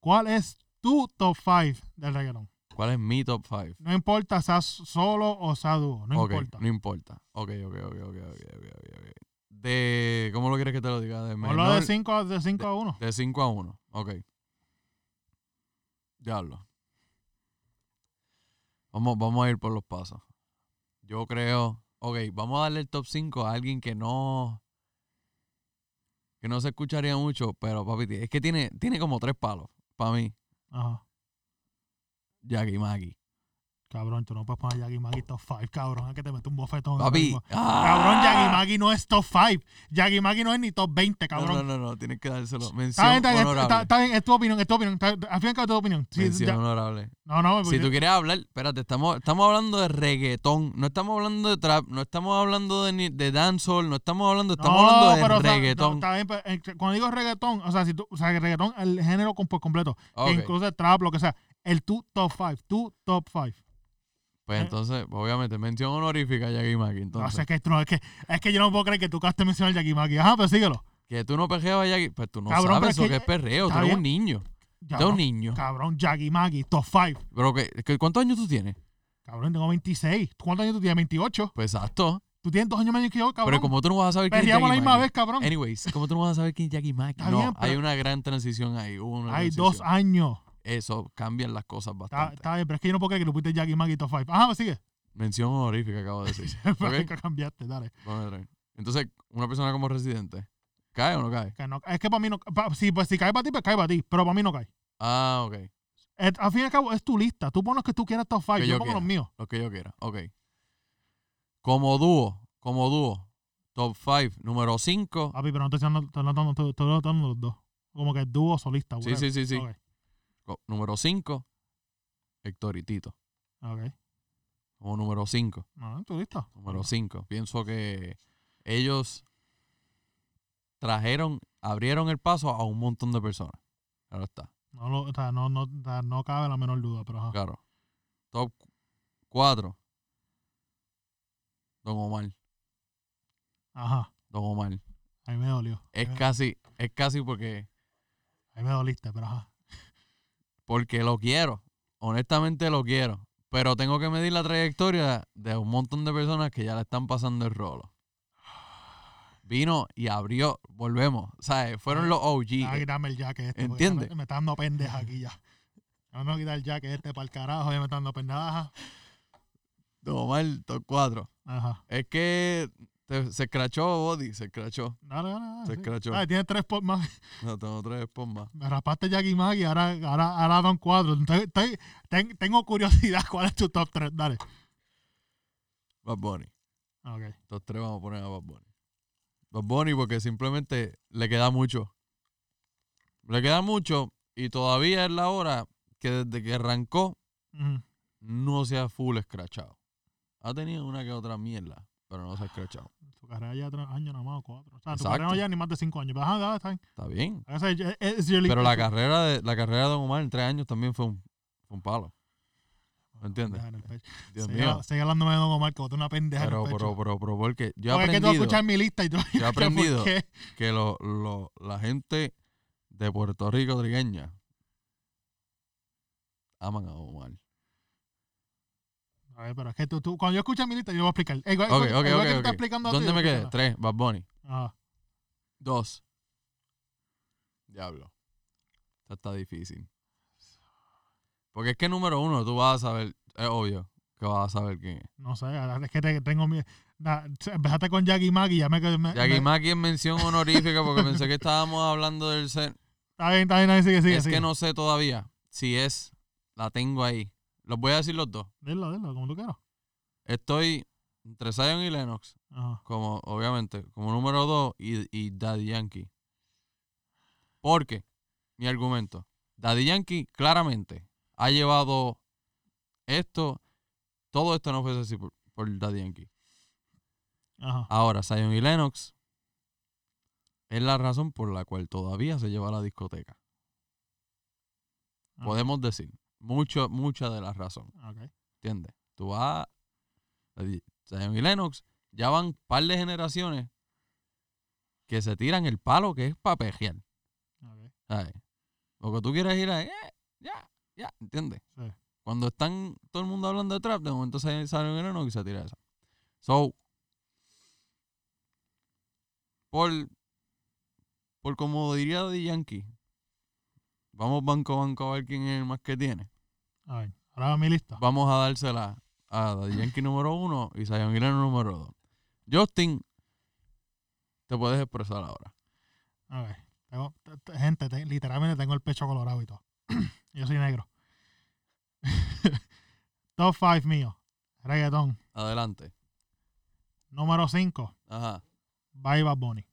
B: ¿cuál es tu top 5 del reggaetón?
A: ¿Cuál es mi top 5?
B: No importa, sea solo o sea dúo, no
A: ok,
B: importa.
A: no importa. Ok, ok, ok, ok, ok, ok, ok, ok. De, ¿cómo lo quieres que te lo diga? De
B: Hablo de
A: menor-
B: 5 de cinco a 1.
A: De 5 a 1. Ok. Diablo. Vamos, vamos a ir por los pasos. Yo creo. Ok, vamos a darle el top 5 a alguien que no. Que no se escucharía mucho, pero papi, ti- es que tiene, tiene como tres palos. Para mí,
B: Ajá.
A: Jackie Maggie.
B: Cabrón, tú no puedes poner Yagi Magi top 5, cabrón, es que te meto un bofetón. ahora
A: Papi.
B: mismo.
A: ¡ah!
B: Cabrón, Yagi Magi no es top 5. Yagi Magi no es ni top 20,
A: No, no,
B: cabrón.
A: no, no, tienes que dárselo.
B: Está
A: Mención
B: bien, está bien,
A: honorable.
B: está- está bien, es tu opinión, es tu opinión. está- Al fin y al cabo es tu opinión. Sí,
A: Mención
B: ya-
A: honorable.
B: no, pues, no,
A: Si
B: porque-
A: tú quieres hablar, espérate, estamos, estamos hablando de reggaetón, no estamos hablando de trap, no estamos hablando de, ni- de dancehall, no estamos hablando, estamos
B: no,
A: hablando de
B: pero, o sea, no,
A: reggaetón.
B: está bien, pero, eh, cuando digo reggaetón, o sea, si tú, o sea, reggaetón, el género con- por completo,
A: Ok,
B: que incluso el trap, lo que sea, el tu top 5, tu top 5.
A: Pues entonces, obviamente, mención honorífica a Jackie Maki.
B: eh. No,
A: Entonces,
B: sé que, tú no, es, que, es que yo no puedo creer que tú acabaste de mencionar Jackie Maki. Ajá, pero síguelo.
A: que tú no perreabas a Jackie, pues tú no
B: Cabrón, pero
A: sabes
B: es
A: lo
B: que
A: que es perreo, tú
B: está
A: eres un niño, tú eres un
B: Cabrón,
A: niño.
B: cabrón Jackie Maki, top 5.
A: Pero que, que- ¿cuántos años tú tienes?
B: Cabrón, tengo 26. ¿Tú ¿Cuántos años tú tienes? 28.
A: Pues exacto,
B: Tú tienes dos años menos que yo, cabrón.
A: pero como tú no vas a saber quién es
B: Perreamos la
A: Jackie
B: misma
A: Maki.
B: vez, cabrón.
A: Anyways, ¿cómo tú no vas a saber quién es Jackie Maki?
B: Está
A: No,
B: bien,
A: hay
B: pero-
A: una gran transición ahí, hubo una
B: Hay
A: transición.
B: dos años.
A: Eso cambian las cosas
B: Está,
A: bastante.
B: está bien, pero es que yo no puedo creer que tú pusiste Jackie Maki, top 5. Ajá, pues sigue.
A: Mención honorífica acabo de decir. Ok.
B: que cambiaste, dale.
A: Vamos a ver. Entonces, una persona como residente, ¿cae o no cae?
B: Que no- es que para mí no. pa- si, pues, si cae para ti, pues cae para ti. Pero para mí no cae.
A: Ah, ok.
B: Es- al fin y al cabo, es tu lista. Tú pon los que tú quieras top 5.
A: Que
B: Yo,
A: yo
B: pongo los
A: quiera.
B: míos.
A: Lo que yo quiera. Ok. Como dúo, como dúo, top 5, número 5.
B: Papi, pero no te estoy dando- estoy dando estoy- estoy dando los dos. Como que dúo solista,
A: Sí,
B: whatever.
A: sí, sí, sí.
B: Ok,
A: Co- Número 5, Héctor y Tito.
B: ok.
A: como número 5.
B: No, tú listo.
A: Número 5. Pienso que ellos trajeron, abrieron el paso a un montón de personas. Claro está.
B: No, lo- o sea, no, no, o sea, no cabe la menor duda, pero ajá.
A: Claro. Top 4. Don Omar.
B: Ajá.
A: Don Omar.
B: Ahí me dolió.
A: Es
B: Ahí me-
A: casi, es casi porque,
B: ahí me doliste, pero ajá.
A: porque lo quiero. Honestamente lo quiero. Pero tengo que medir la trayectoria de un montón de personas que ya le están pasando el rolo. Vino y abrió. Volvemos. ¿Sabes? Fueron los
B: Me va a
A: OG.
B: quitarme el jaque este. porque
A: ¿Entiende?
B: Me, me está dando pendeja aquí ya. Ya me voy a quitar el jaque este para el carajo. Ya me está dando pendeja.
A: Don Omar, top 4.
B: Ajá.
A: Es que te- se crachó Body, se crachó.
B: Dale, dale, dale.
A: Se
B: Ah, sí.
A: escrachó.
B: Dale, tienes tres por más.
A: No tengo tres spots más.
B: Me raspaste Jackie Maggie, ahora, ahora, ahora dan cuatro. Estoy- estoy- ten- tengo curiosidad cuál es tu top tres. Dale.
A: Bad Bunny.
B: Ok.
A: Los tres vamos a poner a Bad Bunny. Bad Bunny porque simplemente le queda mucho. Le queda mucho y todavía es la hora que desde que arrancó
B: Ujú.
A: no se ha full escrachado. Ha tenido una que otra mierda, pero no se ha escrachado.
B: Tu carrera ya tres años nada más, o cuatro. O sea, tu
A: Exacto.
B: carrera no lleva ni más de cinco años. Pero ajá, dale, está
A: Está
B: bien.
A: bien.
B: Esa es- es- es early-
A: Pero la
B: es-
A: carrera de, la carrera de Don Omar en tres años también fue un, fue un palo. ¿Me entiendes?
B: Pendeja en el pecho.
A: Dios
B: Sigue-
A: mío.
B: sigue hablándome de Don Omar, que botó una pendeja
A: Pero,
B: en el pecho.
A: pero, pero, pero, porque yo he
B: Porque es que tú
A: aprendido
B: escuchas mi lista y tú
A: Yo he aprendido.
B: ¿Por qué?
A: que lo, lo- la gente de Puerto Rico trigueña aman a Don Omar.
B: A ver, pero es que tú, tú- cuando yo escucho mi lista, yo voy a explicar. Es Igual,
A: Ok,
B: igual-
A: ok,
B: igual
A: ok,
B: que tú estás
A: ok.
B: explicando a ti, Ah,
A: ¿Dónde
B: yo
A: me quedé?
B: explico la-
A: Tres, Bad Bunny.
B: Ajá.
A: Dos. Diablo. Esto está difícil. Porque es que número uno, tú vas a saber, es obvio que vas a saber quién es.
B: No sé, es que te- tengo miedo. Nah, empezaste con Jackie Maggie, ya me quedé. me-
A: Jackie
B: me-
A: Mackie en mención honorífica porque pensé que estábamos hablando del ser.
B: Está bien, está bien, ahí sigue, sigue.
A: es
B: sigue.
A: que no sé todavía si es, la tengo ahí. Los voy a decir los dos.
B: Dilo, dilo, como tú quieras.
A: Estoy entre Zion y Lennox,
B: Ajá.
A: como obviamente, como número dos y, y Daddy Yankee. Porque, mi argumento, Daddy Yankee claramente ha llevado esto, todo esto no fuese así por, por Daddy Yankee.
B: Ajá.
A: Ahora, Zion y Lennox es la razón por la cual todavía se lleva a la discoteca.
B: Ah.
A: Podemos decir, mucho, mucha de la razón.
B: Ok.
A: ¿Entiendes? Tú vas. a- Zion y Lennox ya van un par de generaciones que se tiran el palo que es para pejear.
B: ok.
A: ¿Sabes? Lo que tú quieres ir a. eh, ya, ya, ¿entiendes?
B: Sí.
A: Cuando están todo el mundo hablando de trap, de momento sale Zion y Lennox y se tira esa. So. Por. Por como diría de Yankee. Vamos banco a banco a ver quién es el más que tiene
B: A ver, ahora va mi lista.
A: vamos a dársela a Daddy Yankee número uno y Zion Guillermo número dos. Justin, te puedes expresar ahora.
B: A ver. Tengo, t- t- gente, te- literalmente tengo el pecho colorado y todo. yo soy negro. Top 5 mío. Reggaetón.
A: Adelante.
B: Número 5.
A: Ajá.
B: Bye Bad Bunny.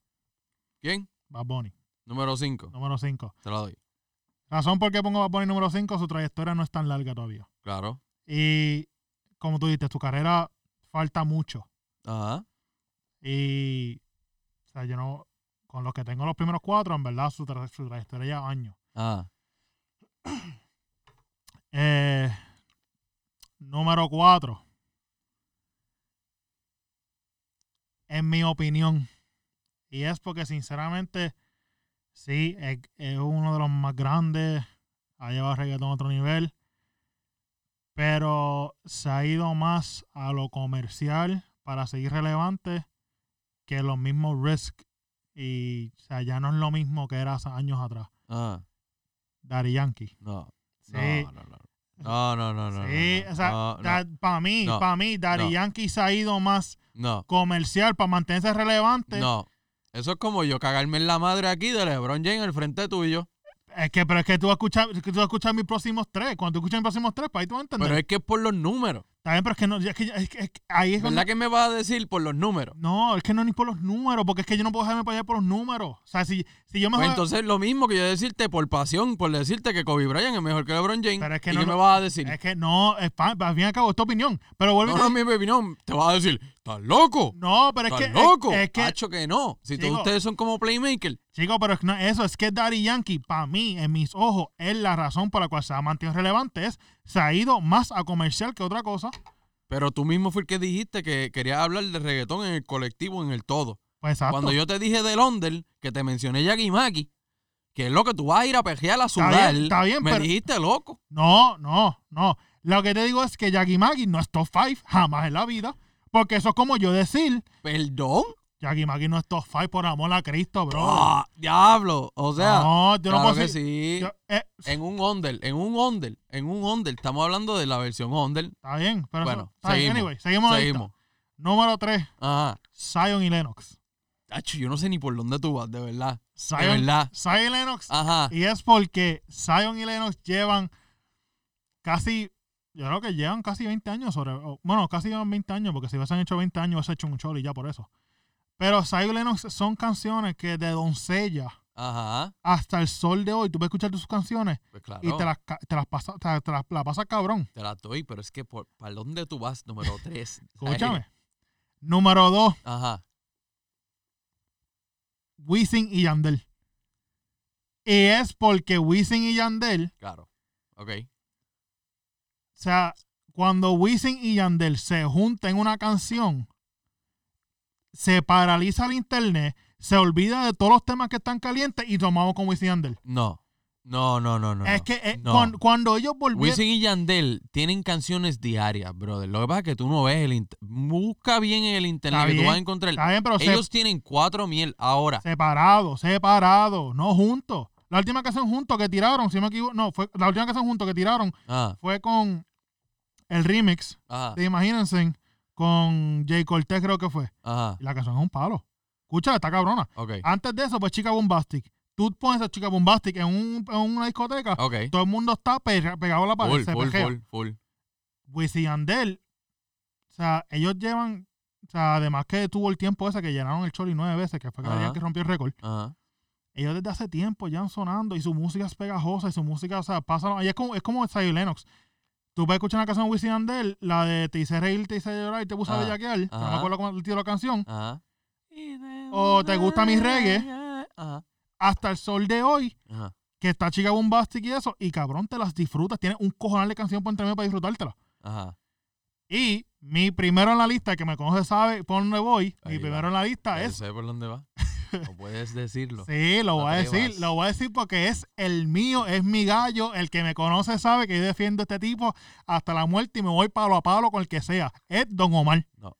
A: ¿Quién?
B: Bad Bunny.
A: Número 5.
B: Número 5.
A: Te la doy.
B: Razón por qué pongo Bad Bunny número 5, su trayectoria no es tan larga todavía.
A: Claro.
B: Y como tú dices, tu carrera falta mucho.
A: Ajá.
B: Y o sea, yo no, con los que tengo los primeros cuatro, en verdad su, tra- su trayectoria lleva años.
A: Ajá.
B: Eh, número 4. En mi opinión. Y es porque sinceramente, sí, es, es uno de los más grandes. Ha llevado el reggaetón a otro nivel. Pero se ha ido más a lo comercial para seguir relevante que los mismos Risk. Y o sea, ya no es lo mismo que era hace años atrás.
A: Ajá.
B: Daddy Yankee.
A: No.
B: Sí.
A: No, no, no. No, no, no, no.
B: Sí,
A: no,
B: o sea,
A: no, no,
B: para mí,
A: No.
B: para mí, Daddy
A: No.
B: Yankee se ha ido más
A: no,
B: comercial para mantenerse relevante.
A: no. Eso es como yo cagarme en la madre aquí de LeBron James al frente tuyo.
B: Es que, pero es que tú vas a escuchar, es que tú vas a escuchar mis próximos tres. Cuando tú escuchas mis próximos tres, para ahí tú vas a entender.
A: Pero es que es por los números.
B: También, pero es que no, es que, es que- es que ahí es
A: ¿Verdad
B: donde-
A: que me vas a decir por los números?
B: No, es que no ni por los números, porque es que yo no puedo dejarme para allá por los números. O sea, si, si yo me
A: Pues
B: juego-
A: entonces lo mismo que yo decirte por pasión, por decirte que Kobe Bryant es mejor que LeBron James.
B: Pero es que
A: ¿Y
B: no
A: qué
B: lo-
A: me vas a decir?
B: Es que no, es pa- al fin y al cabo, es tu opinión. Pero vuelvo y
A: No,
B: te
A: no, mi opinión. Te vas a decir, estás loco.
B: No, pero es
A: Estás
B: que. es-
A: loco. Ah.
B: Es, que,
A: Hacho que no. Si todos
B: Chico.
A: ustedes son como playmakers.
B: chico, pero es que no- eso es que Daddy Yankee, para mí, en mis ojos, es la razón por la cual se ha mantenido relevante. Es, se ha ido más a comercial que otra cosa.
A: Pero tú mismo fue el que dijiste que querías hablar de reggaetón en el colectivo, en el todo.
B: Pues exacto.
A: Cuando yo te dije del Onder, que te mencioné Yagi Maki, que es lo que tú vas a ir a pejear a
B: bien,
A: sudar,
B: está bien,
A: me
B: pero-
A: dijiste loco.
B: No, no, no. Lo que te digo es que Jackie Maggie no es top 5 jamás en la vida. Porque eso es como yo decir,
A: ¿Perdón?
B: Jackie Maggie no es top 5 por amor a Cristo, bro.
A: Ah, diablo. O sea,
B: no, yo no
A: claro
B: puedo
A: que
B: decir.
A: sí.
B: yo- eh,
A: En un Onder, en un Onder, en un Onder. Estamos hablando de la versión Onder.
B: está bien, pero eso-
A: Bueno,
B: está bien.
A: seguimos,
B: Anyway, seguimos. en la
A: Seguimos.
B: lista. Número 3,
A: Ajá.
B: Zion y Lennox.
A: Hacho, yo no sé ni por dónde tú vas, de verdad. De
B: Zion,
A: verdad.
B: Zion y Lennox.
A: Ajá.
B: Y es porque Zion y Lennox llevan casi, yo creo que llevan casi 20 años sobre, o, bueno, casi llevan 20 años, porque si hubiesen hecho 20 años hubiese hecho un choli ya por eso. Pero Zion y Lennox son canciones que de doncella
A: Ajá.
B: hasta el sol de hoy, tú vas a escuchar tus canciones
A: Pues claro.
B: y te las, ca- te las pasas, te, las- te las la pasas cabrón.
A: Te la doy, pero es que por, ¿para dónde tú vas? Número 3.
B: Escúchame. Número 2,
A: Ajá.
B: Wisin y Yandel. Y es porque Wisin y Yandel
A: Claro. Ok.
B: O sea, cuando Wisin y Yandel se juntan en una canción, se paraliza el internet, se olvida de todos los temas que están calientes y tomamos con Wisin y Yandel.
A: No. No, no, no, no.
B: es
A: no.
B: que eh,
A: no.
B: cuan- cuando ellos volvieron,
A: Wisin y Yandel tienen canciones diarias, brother. Lo que pasa es que tú no ves el internet. Busca bien en el internet
B: Está
A: que tú
B: bien,
A: vas a encontrar.
B: está bien, pero se-
A: Ellos tienen cuatro miel ahora.
B: separados, separados, no juntos. La última canción juntos que tiraron, si no me equivoco, no, fue, la última canción juntos que tiraron
A: Ah,
B: fue con el remix
A: ajá,
B: de Imagínense con Jay Cortez creo que fue.
A: ajá.
B: Y la canción es un palo. Escúchala, está cabrona.
A: Ok,
B: Antes de eso, pues Chica Bombastic. Tú pones a Chica Bombastic en, un- en una discoteca,
A: ok.
B: todo el mundo está pe- pegado a la pared,
A: Full,
B: se
A: full,
B: pejea.
A: full, full.
B: Wisin y Yandel, o sea, ellos llevan, o sea, además que tuvo el tiempo ese que llenaron el Choli nueve veces, que fue el día
A: Ajá.
B: que rompió el récord,
A: Ajá.
B: ellos desde hace tiempo ya han sonando y su música es pegajosa y su música, o sea, pasa, y es como, es como Zion Lennox. Tú vas a escuchar una canción de Wisin y Yandel, la de Te hice reír, te hice llorar y te puse a
A: Ajá,
B: bellaquear, que no me
A: Ah, ajá.
B: acuerdo cómo es el título de la canción,
A: Ajá.
B: O te gusta mi reggae.
A: Ajá.
B: hasta el sol de hoy
A: Ajá.
B: que está chica bombastic y eso, y cabrón, te las disfrutas. Tienes un cojonal de canción por entre medio para disfrutártela.
A: Ajá.
B: Y mi primero en la lista, que me conoce sabe por dónde voy,
A: Ahí
B: mi
A: va.
B: primero en la lista
A: Ya
B: es...
A: sé por dónde va. No puedes decirlo.
B: Ah, Sí, lo
A: No
B: voy
A: te
B: a decir,
A: vas.
B: lo voy a decir porque es el mío, es mi gallo, el que me conoce sabe que yo defiendo a este tipo hasta la muerte y me voy palo a palo con el que sea. Es Don Omar.
A: No.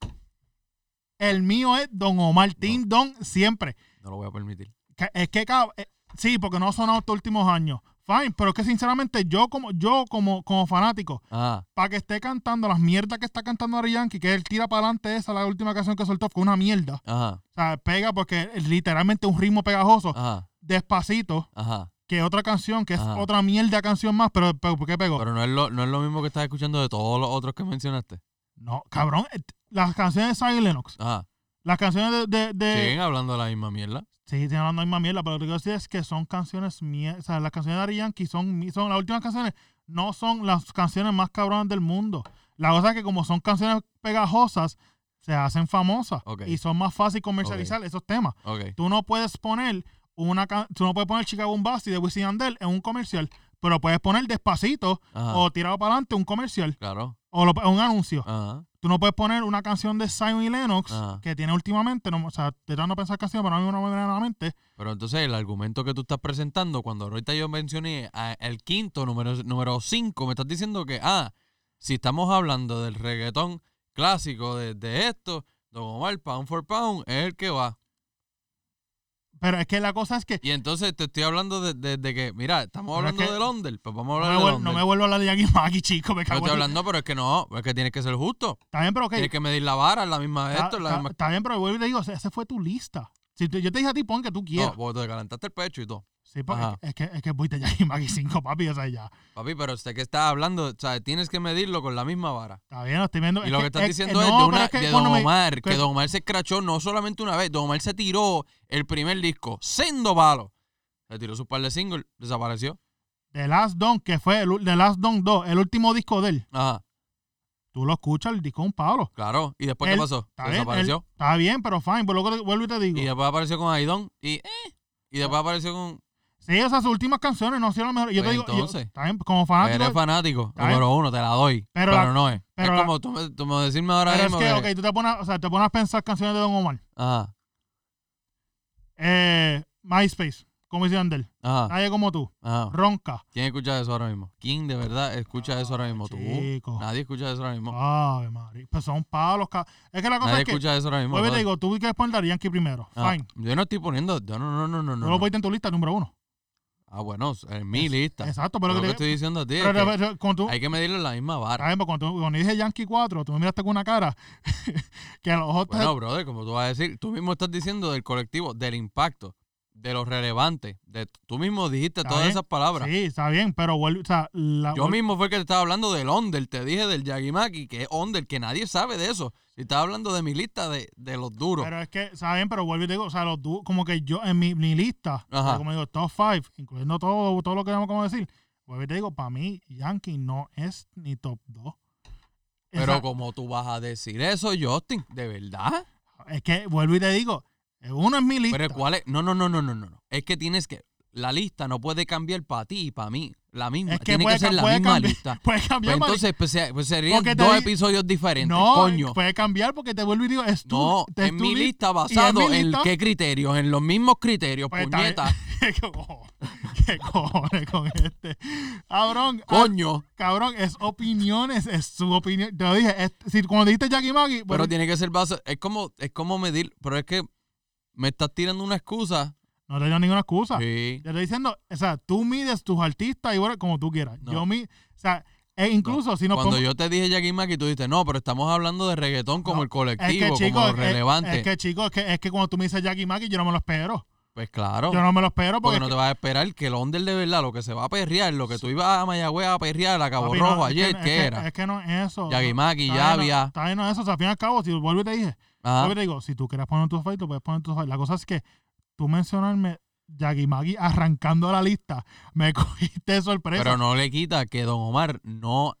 B: El mío es Don Omar, Team Don siempre.
A: No lo voy a permitir.
B: Que- Es que, cab- eh, sí, porque no ha sonado estos últimos años. Fine, pero es que sinceramente yo como, yo como, como fanático,
A: Ajá.
B: para que esté cantando las mierdas que está cantando Ari Yankee, que él tira para adelante esa, la última canción que soltó, fue una mierda. O
A: Ajá.
B: sea, pega porque es literalmente un ritmo pegajoso.
A: Ajá.
B: Despacito,
A: Ajá.
B: que otra canción, que es
A: Ajá.
B: otra mierda canción más, pero, pero ¿por qué pegó?
A: Pero no es, lo, no es lo mismo que estás escuchando de todos los otros que mencionaste.
B: no, cabrón, eh, las canciones de Zion Lennox,
A: Ajá.
B: las canciones de... de, de
A: Siguen hablando de la misma mierda.
B: sí, siguen hablando la misma mierda, pero lo que quiero decir es que son canciones mierda. O sea, las canciones de E Ari Yankee son, mi- son las últimas canciones, no son las canciones más cabronas del mundo. La cosa es que como son canciones pegajosas, se hacen famosas
A: Ok.
B: y son más fácil comercializar esos temas.
A: Ok.
B: Tú no puedes poner una can- tú no puedes poner Chicago Bombastic de Wisin y Yandel en un comercial, pero puedes poner despacito
A: Ajá.
B: o tirado para adelante un comercial
A: Claro.
B: o lo- un anuncio.
A: Ajá.
B: Tú no puedes poner una canción de Simon y Lennox
A: Ajá.
B: que tiene últimamente, no, o sea, te dando a pensar canción, pero a mí no me viene a la mente.
A: Pero entonces el argumento que tú estás presentando, cuando ahorita yo mencioné a- el quinto, número 5, me estás diciendo que, ah, si estamos hablando del reggaetón clásico de, de esto, Don Omar, pound for pound, es el que va.
B: Pero es que la cosa es que
A: Y entonces te estoy hablando de, de- de que, mira, estamos
B: Pero es
A: hablando
B: que-
A: del under, pues vamos a
B: no
A: hablar
B: me,
A: del
B: vuel-
A: under.
B: no me vuelvo a hablar de Jackie Maki, chico, me
A: Yo
B: cago
A: estoy
B: en-
A: hablando, pero es que no, es que tienes que ser justo.
B: Está bien, pero ok.
A: Tienes que medir la vara, la misma
B: Está,
A: esto, la
B: está-
A: misma...
B: está bien, pero vuelvo y te digo, esa fue tu lista. Si tú- yo te dije a ti, pon que tú quieras.
A: No, porque te calentaste el pecho y todo.
B: Sí, porque
A: Ajá.
B: es que, es que fuiste ya y Maggie 5, papi, o sea, ya.
A: Papi, pero usted que está hablando, o sea, tienes que medirlo con la misma vara.
B: Está bien, lo estoy viendo.
A: Y lo que estás
B: estás
A: diciendo es de, una, de Don Omar, que
B: que-
A: Don Omar se escrachó no solamente una vez, Don Omar se tiró el primer disco, sendo palo. Se tiró su par de singles, desapareció.
B: The Last Don, que fue el, ul- The Last Don 2, el último disco de él.
A: Ajá,
B: Tú lo escuchas, el disco es un palo.
A: claro. ¿Y después
B: Él-
A: qué pasó?
B: Está bien, él-
A: Desapareció.
B: está bien, pero fine, por lo que vuelvo y te digo.
A: y después apareció con Aidón y eh, Y después apareció con...
B: Sí, o sea, sus últimas canciones no han sido las mejores. Yo
A: Pues
B: te digo, yo-
A: entonces,
B: está bien, como fanático.
A: eres fanático,
B: Ah, Está bien.
A: número uno, te la doy.
B: Pero
A: Pero,
B: la-
A: no es.
B: pero la-
A: es como tú, me- tú me decirme ahora
B: pero es
A: mismo
B: que,
A: que-
B: ok, tú te pones, o sea, te pones a pensar canciones de Don Omar.
A: Ajá,
B: Eh, MySpace, como dice Andel.
A: ajá,
B: Nadie como tú.
A: ajá.
B: Ronca.
A: ¿Quién escucha eso ahora mismo? ¿Quién de verdad escucha eso ahora
B: Ah,
A: mismo? Tú.
B: Chico.
A: Nadie escucha eso ahora mismo.
B: Ay, Mari. Pues son palos. ca- Es que la cosa
A: Nadie
B: es que.
A: escucha eso ahora mismo.
B: Vuelvo y te
A: brother.
B: digo, tú quieres poner Daddy Yankee primero.
A: Ah,
B: Fine.
A: yo no estoy poniendo. Yo no, no, no, no.
B: Tú
A: no,
B: lo
A: no.
B: pusiste en tu lista número uno.
A: Ah, bueno, en mi
B: Es-
A: lista.
B: Exacto,
A: Pero
B: pero
A: lo que
B: que
A: estoy
B: te-
A: diciendo a ti es
B: pero-
A: que
B: pero ah, cuando tú-
A: hay que medirlo en la misma
B: está
A: vara.
B: bien, pero cuando tú- cuando dije Yankee 4, tú me miraste con una cara que a los ojos te-
A: Bueno, brother, como tú vas a decir, tú mismo estás diciendo del colectivo, del impacto, de lo relevante. De, tú mismo dijiste
B: Está
A: todas
B: bien.
A: esas palabras.
B: Sí, está bien, pero vuelve, o sea, la-
A: Yo mismo fue el que te estaba hablando del Onder, te dije del Yagimaki, que es Onder, que nadie sabe de eso. Y estaba hablando de mi lista de, de los duros.
B: Pero es que, ¿saben? Pero vuelvo y te digo, o sea, los dúos, como que yo en mi, mi lista, o sea,
A: Ajá.
B: como digo, top 5, incluyendo todo, todo lo que vamos como decir, vuelvo y te digo, para mí, Yankee no es ni top 2.
A: Pero como tú vas a decir eso, Justin, de verdad.
B: es que vuelvo y te digo, eh, uno es mi lista.
A: Pero cuál es, no, no, no, no, no, no, no. Es que tienes que, la lista no puede cambiar para ti y para mí. La misma,
B: es que
A: tiene
B: puede,
A: que ser
B: ca-
A: la
B: puede
A: misma
B: cambiar,
A: lista.
B: Puede
A: Pues
B: cambiar, mari-
A: entonces pues, se- pues serían
B: Porque te
A: dos
B: di-
A: episodios diferentes,
B: no, pues,
A: coño.
B: puede cambiar porque te vuelvo y digo, es tu,
A: No,
B: es
A: en
B: tu
A: mi
B: li-
A: lista
B: y en mi
A: basado en
B: lista-
A: qué criterios, en los mismos criterios,
B: Pues está bien.
A: puñeta,
B: ¿Qué cojo- qué cojones con este? Cabrón, ah,
A: coño.
B: cabrón, es opiniones, es su opinión. Te lo dije, es- si, cuando dijiste Jackie Maggie,
A: Pero tiene que ser base, es como, es como medir, pero es que me estás tirando una excusa.
B: No te dio ninguna excusa.
A: Sí.
B: Te estoy diciendo, o sea, tú mides tus artistas igual como tú quieras.
A: No.
B: Yo mi, o sea, e incluso si nos
A: Cuando
B: pongo-
A: yo te dije Jackie Mac y tú dijiste, no, pero estamos hablando de reggaetón como
B: No,
A: el
B: es
A: colectivo,
B: que
A: como
B: chicos,
A: lo
B: es,
A: relevante.
B: es que chicos, es que, es que cuando tú me dices Jackie Mackie, yo no me lo espero.
A: pues claro.
B: Yo no me lo espero porque,
A: Porque no te vas a esperar que el under de verdad, lo que se va a perrear, lo que tú ibas a Mayagüez a perrear a Cabo
B: papi, no,
A: Rojo
B: es que-
A: ayer,
B: es
A: ¿qué
B: que-
A: era?
B: Es que no es eso.
A: Yagimaki,
B: Está bien, no-
A: Llavia.
B: Está bien, no es eso. O sea, al fin y al cabo, si vuelvo y te dije,
A: Ajá.
B: vuelvo y te digo, si tú quieres poner tu fight, tú puedes poner tu fight. La cosa es que tú mencionarme Jackie Mackie arrancando la lista, me cogiste de sorpresa.
A: Pero no le quita que Don Omar no,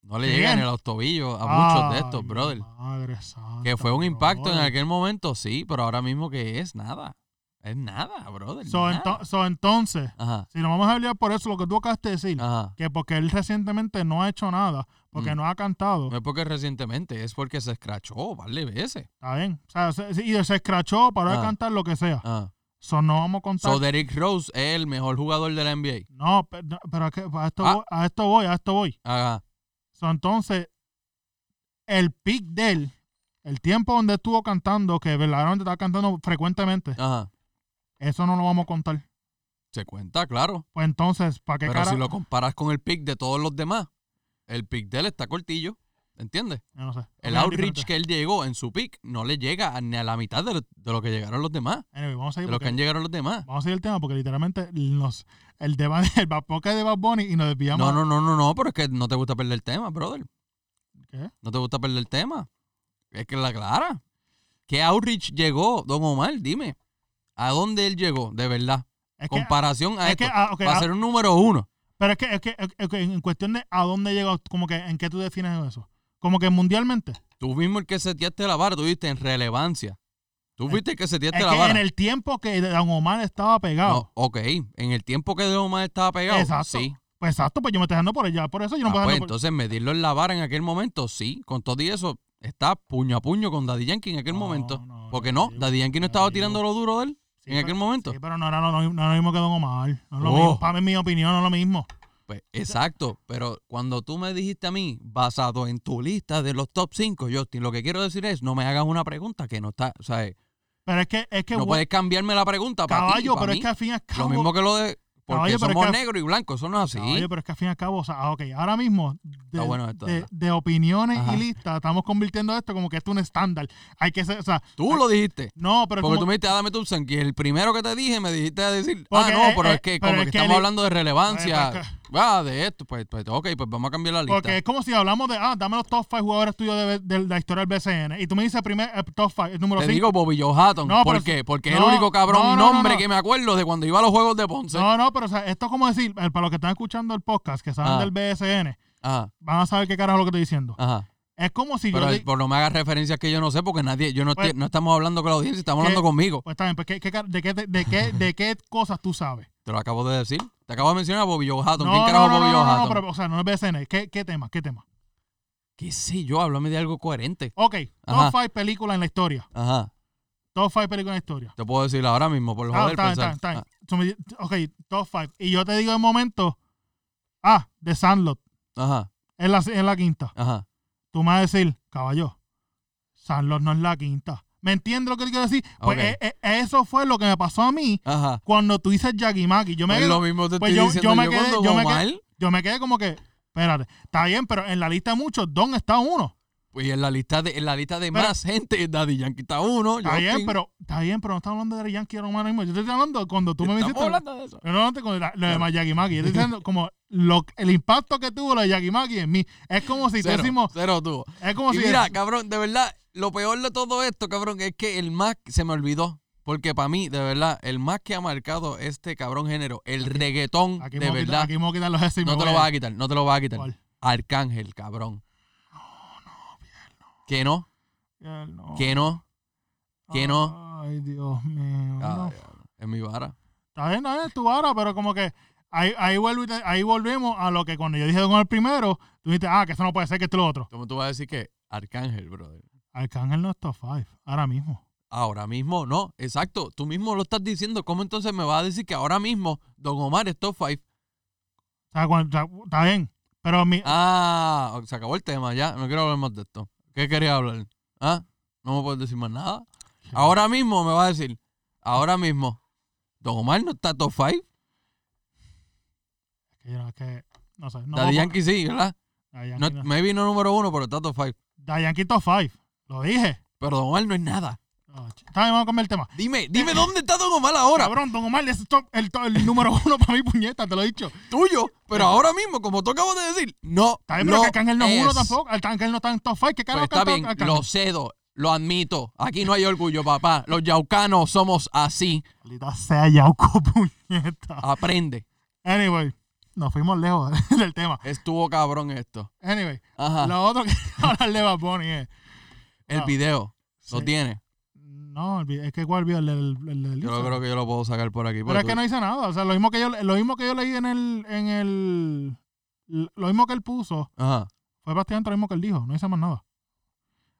A: no le
B: Bien.
A: llegan en los tobillos
B: Ah,
A: a muchos de estos,
B: Ay,
A: brother.
B: madre santa,
A: Que fue un impacto en
B: brother.
A: aquel momento, sí, pero ahora mismo que es nada. Es nada, brother.
B: So,
A: nada.
B: ento- so, entonces,
A: Ajá,
B: si nos vamos a pelear por eso, lo que tú acabas de decir,
A: ajá.
B: que porque él recientemente no ha hecho nada, porque
A: Ah. Mm.
B: no ha cantado,
A: No es porque recientemente, es porque se escrachó, vale, veces.
B: está bien. O sea, se- y se escrachó, paró de
A: Ah.
B: cantar, lo que sea.
A: Ajá.
B: So, no vamos a contar.
A: So, Derrick Rose es el mejor jugador de la NBA.
B: no, pe- no, pero, es que a, esto
A: Ah.
B: voy, a esto voy, a esto voy.
A: Ajá.
B: So, entonces, el pick de él, el tiempo donde estuvo cantando, que verdaderamente estaba cantando frecuentemente,
A: Ajá.
B: eso no lo vamos a contar.
A: Se cuenta, claro.
B: Pues entonces, ¿para qué
A: Pero
B: cara?
A: si lo comparas con el pick de todos los demás, el pick de él está cortillo. ¿Entiendes?
B: Yo no sé.
A: El
B: Ok,
A: outreach
B: diferente.
A: que él llegó en su pick no le llega a- ni a la mitad de lo, de lo que llegaron los demás.
B: Anyway, vamos a
A: De
B: ir
A: lo que han llegado los demás.
B: Vamos a seguir el tema porque literalmente nos, el tema del Bad Podcast de Bad Bunny y nos desviamos.
A: No, no, no, no, no, pero es que no te gusta perder el tema, brother.
B: ¿Qué?
A: No te gusta perder el tema. Es que es la clara. ¿Qué outreach llegó, don Omar? Dime. ¿A dónde él llegó, de verdad?
B: Es que,
A: Comparación a
B: es que,
A: esto.
B: ah, ok,
A: Va
B: ah,
A: a ser un número uno.
B: pero es que, es que- es que en cuestión de a dónde llegó, como que en qué tú defines eso. Como que mundialmente.
A: Tú mismo el que seteaste la vara, tuviste en relevancia. Tú
B: Es-
A: fuiste el que seteaste
B: Es
A: la
B: que
A: vara.
B: en el tiempo que Don Omar estaba
A: No,
B: pegado.
A: ok, en el tiempo que Don Omar estaba pegado,
B: Exacto.
A: sí.
B: Pues exacto, pues yo me estoy dejando por ella. Por eso yo no
A: Ah,
B: puedo
A: pues,
B: dejarlo por-
A: entonces medirlo en la vara en aquel momento, sí. Con todo y eso, está puño a puño con Daddy Yankee en aquel
B: No,
A: momento.
B: no,
A: Porque
B: no,
A: no,
B: digo,
A: Daddy Yankee no
B: no,
A: estaba
B: digo.
A: tirando lo duro de él
B: Sí,
A: en
B: pero-
A: aquel momento.
B: Sí, pero no era lo, no era lo mismo que Don Omar. No es lo
A: Oh.
B: mismo. Para mí, en mi opinión, no es lo mismo.
A: Pues, exacto, pero cuando tú me dijiste a mí, basado en tu lista de los top 5, Justin, lo que quiero decir es, no me hagas una pregunta que no está, o sea,
B: Pero es que, es que
A: no
B: bueno,
A: puedes cambiarme la pregunta para
B: caballo, pero es que al fin y al
A: Lo
B: cabo-
A: mismo que lo de Porque
B: Caballo, pero es
A: somos
B: que-
A: negros y blancos, eso no es así.
B: Oye, pero es que al fin y al cabo, o sea, ah, ok, ahora mismo, de,
A: Está bueno esto,
B: de,
A: ¿verdad?
B: de opiniones
A: Ajá.
B: y listas, estamos convirtiendo esto como que esto es un estándar. Hay que ser, o sea,
A: tú lo dijiste.
B: no, pero
A: Porque
B: es Pues como-
A: tú me dijiste "Ah, Adame Thompson, que el primero que te dije me dijiste a decir, ah,
B: Porque,
A: no,
B: eh,
A: pero
B: eh,
A: es que
B: pero
A: como
B: es
A: que
B: que
A: estamos
B: el-
A: hablando de relevancia,
B: Oye,
A: ah, de esto, pues, pues, ok, pues vamos a cambiar la lista.
B: porque es como si hablamos de, ah, dame los top 5 jugadores tuyos de, de la historia del BCN. Y tú me dices primer eh, top 5, el número
A: te
B: 5.
A: digo Bobby Joe Hatton,
B: No,
A: ¿por
B: pero-
A: qué? Porque es
B: no,
A: el único cabrón
B: no, no,
A: nombre
B: no.
A: que me acuerdo de cuando iba a los Juegos de Ponce.
B: No, no, pero o sea, esto es como decir, eh, para los que están escuchando el podcast, que saben
A: Ah.
B: del BSN,
A: Ajá,
B: van a saber qué carajo es lo que estoy diciendo.
A: ajá.
B: Es como si
A: Pero
B: yo...
A: el-
B: di-
A: por no me hagas referencias que yo no sé, porque nadie, yo no, estoy-
B: Pues-
A: no estamos hablando con la audiencia, estamos
B: ¿Qué?
A: hablando conmigo.
B: Pues está bien, pues, ¿qué- qué car- de, qué, te- de, qué, ¿de qué cosas tú sabes?
A: Te lo acabo de decir. Te acabo de mencionar a Bobby Joe Hatton.
B: No,
A: ¿Quién
B: no,
A: carajo
B: no,
A: es
B: no,
A: Bobby
B: no,
A: Joe
B: no,
A: Hatton?
B: pero, o sea, no es BSN. ¿Qué, qué tema? ¿Qué tema?
A: ¿Qué sé yo? Háblame de algo coherente.
B: Ok,
A: Ajá.
B: top 5 películas en la historia.
A: Ajá.
B: Top 5 películas en la historia.
A: Te puedo decir ahora mismo, por
B: Ah,
A: joder,
B: está bien, está
A: pensar.
B: bien, está bien. Tú me di- Ok, top 5. Y yo te digo de momento, ah, de Sandlot,
A: Ah,
B: es la, es la quinta.
A: ajá, ajá.
B: Tú me vas a decir, caballo, Sandlot no es la quinta. ¿Me entiendes lo que te quiero decir? Pues
A: Ok.
B: eh, eh, eso fue lo que me pasó a mí
A: Ajá.
B: cuando tú dices Yagimaki. Yo me,
A: Pues lo mismo te
B: pues
A: estoy
B: yo-
A: diciendo
B: yo
A: yo,
B: me quedé-
A: cuando
B: yo me
A: Bomar,
B: yo me quedé como que, espérate, está bien, pero en la lista de muchos, ¿dónde está uno?
A: pues en la lista de, en la lista de
B: Pero-
A: más gente, Daddy Yankee está uno.
B: Está bien,
A: Justin,
B: pero, está bien, pero no estamos hablando de Yankee Romano mismo. Yo te estoy hablando de cuando tú me
A: estamos
B: visitaste.
A: hablando de eso.
B: Yo no hablando con la- lo de Miyagi Maki. Yo estoy diciendo como lo- el impacto que tuvo lo de Miyagi Maki en mí. Es como si
A: Cero,
B: decimos.
A: cero tú.
B: Es como
A: Y
B: si.
A: mira, cabrón, de verdad, lo peor de todo esto, cabrón, es que el más se me olvidó. Porque para mí, de verdad, el más que ha marcado este cabrón género, el reggaetón,
B: aquí me
A: de
B: voy a quitar-
A: verdad,
B: aquí me voy a quitar los S y me
A: no te
B: voy
A: lo vas a quitar, no te lo vas a quitar.
B: ¿Cuál?
A: Arcángel, cabrón. No, no, no.
B: Ay, no.
A: ¿Que no? ¿Que no?
B: Ay, Dios mío. no.
A: Ah, Es mi vara.
B: Está bien, está bien, es tu vara, pero como que. Ahí, ahí, vuelvo y te- ahí volvemos a lo que cuando yo dije con el primero, tú dijiste, ah, que eso no puede ser, que esto es lo otro.
A: ¿Cómo tú vas a decir que Arcángel, brother?
B: Arcángel no es top 5, ahora mismo.
A: Ahora mismo no, exacto. Tú mismo lo estás diciendo. ¿Cómo entonces me vas a decir que ahora mismo Don Omar es top 5?
B: O sea, cuando- o sea, está bien, pero mi,
A: Ah, se acabó el tema ya. No quiero hablar más de esto. ¿Qué quería hablar? ¿Ah? No me puedes decir más nada. Ahora mismo me vas a decir, ahora mismo, Don Omar no está top 5.
B: Que yo no- que, no sé. No,
A: Daddy
B: puedo-
A: Yankee sí, ¿verdad?
B: Daddy
A: No,
B: Yankee no.
A: maybe no número uno, pero está top 5.
B: Daddy Yankee top 5. Lo dije.
A: Pero Don Omar no es nada.
B: Ah, ch- Está bien, vamos a cambiar el tema.
A: Dime, dime dónde está Don Omar ahora.
B: Cabrón, Don Omar es top- el, to- el número uno para mi puñeta, te lo he dicho.
A: Tuyo. Pero ahora mismo, como tú acabas de decir, no.
B: Está bien, pero que Arcángel no es uno
A: es.
B: tampoco. Arcángel no está en top 5. ¿Qué
A: Pues
B: carajo
A: está
B: que
A: bien,
B: Arcángel?
A: lo cedo, lo admito. Aquí no hay orgullo, papá. Los yaucanos somos así.
B: Maldita sea Yauco, puñeta.
A: Aprende.
B: Anyway, nos fuimos lejos del tema.
A: Estuvo cabrón esto.
B: Anyway,
A: Ajá.
B: lo otro que quiero hablarle a Bad Bunny es...
A: el
B: no.
A: video. Lo
B: Sí.
A: tiene.
B: No, el vi- es que cuál vio el del... el del
A: Yo
B: Instagram.
A: creo que yo lo puedo sacar por aquí.
B: Pero es que no dice nada. O sea, lo mismo que yo, lo mismo que yo leí en el, en el. Lo mismo que él puso
A: Ajá.
B: fue prácticamente lo mismo que él dijo. No dice más nada.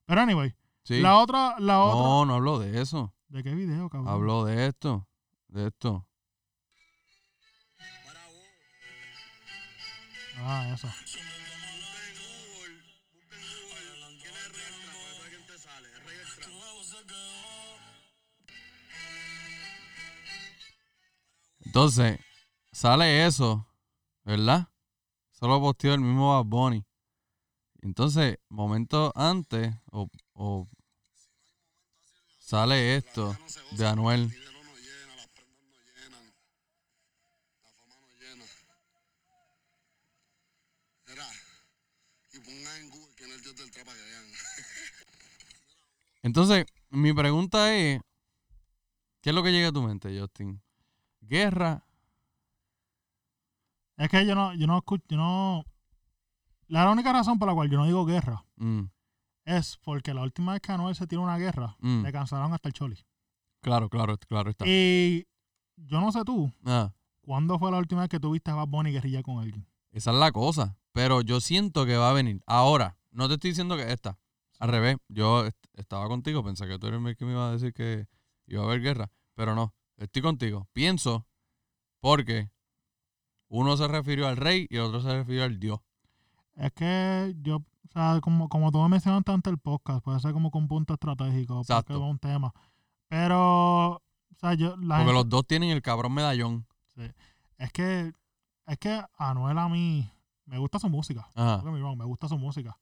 B: Pero anyway,
A: Sí.
B: la otra, la otra.
A: No, no habló de eso.
B: ¿De qué video, cabrón?
A: Habló de esto. De esto.
B: Ah, eso.
A: Entonces, sale eso, ¿verdad? Solo posteó el mismo Bad Bunny. Entonces, momento antes, o, o sale esto de Anuel.
C: Y pongan en Google quién es el dios del trapa que vean.
A: Entonces, mi pregunta es, ¿qué es lo que llega a tu mente, Justin? Guerra.
B: Es que yo no, yo no escucho, yo no. La única razón por la cual yo no digo guerra
A: Mm,
B: es porque la última vez que Anuel se tiró una guerra,
A: mm.
B: le cancelaron hasta el Choli.
A: Claro, claro, claro está.
B: Y yo no sé tú,
A: Ah,
B: ¿cuándo fue la última vez que tuviste a Bad Bunny guerrilla con alguien?
A: esa es la cosa. Pero yo siento que va a venir. Ahora, no te estoy diciendo que esta. Al revés, yo est- estaba contigo, pensé que tú eres el que me iba a decir que iba a haber guerra. Pero no, estoy contigo. Pienso porque uno se refirió al rey y el otro se refirió al dios.
B: Es que yo, o sea, como, como tú me mencionaste antes el podcast, puede ser como con punto estratégico, porque
A: Exacto.
B: es un tema. Pero, o sea, yo,
A: Porque
B: la gente-
A: los dos tienen el cabrón medallón.
B: Es que, es que Anuel a mí me gusta su música.
A: Ajá.
B: Don't get me wrong, me gusta su música.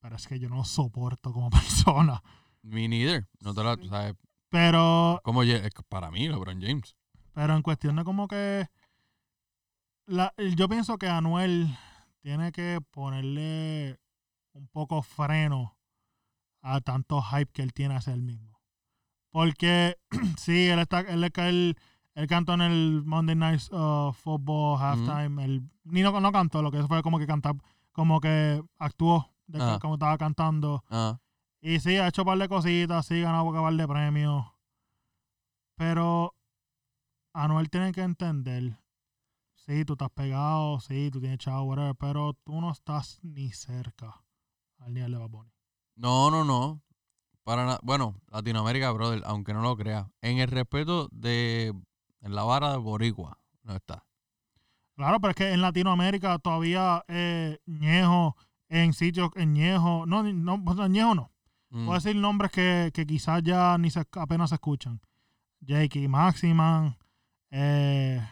B: Pero es que yo no lo soporto como persona.
A: Me neither. No te la, tú sabes,
B: Pero,
A: como ye- es que para mí, LeBron James.
B: pero en cuestión de como que. la- yo pienso que Anuel tiene que ponerle un poco freno a tanto hype que él tiene hacia él mismo. Porque sí, él está, él, es que él, él cantó en el Monday Night uh, Football Halftime. él- ni no, no cantó, lo que fue como que cantar, como que actuó de
A: Ah.
B: como estaba cantando.
A: Ajá.
B: Y sí, ha hecho un par de cositas, sí, ha ganado un par de premios. Pero Anuel tiene que entender. Sí, tú estás pegado, sí, tú tienes chavo, whatever, pero tú no estás ni cerca al nivel de Bad Bunny.
A: No, no, no. Para na- bueno, Latinoamérica, brother, aunque no lo creas. En el respeto de en la vara de Boricua, no está.
B: Claro, pero es que en Latinoamérica todavía eh, Ñejo, en sitios, en Ñejo, no, ni- no, o sea, Ñejo no.
A: Mm.
B: Puedo decir nombres que, que quizás ya ni se, apenas se escuchan. Jakey Maximan, eh,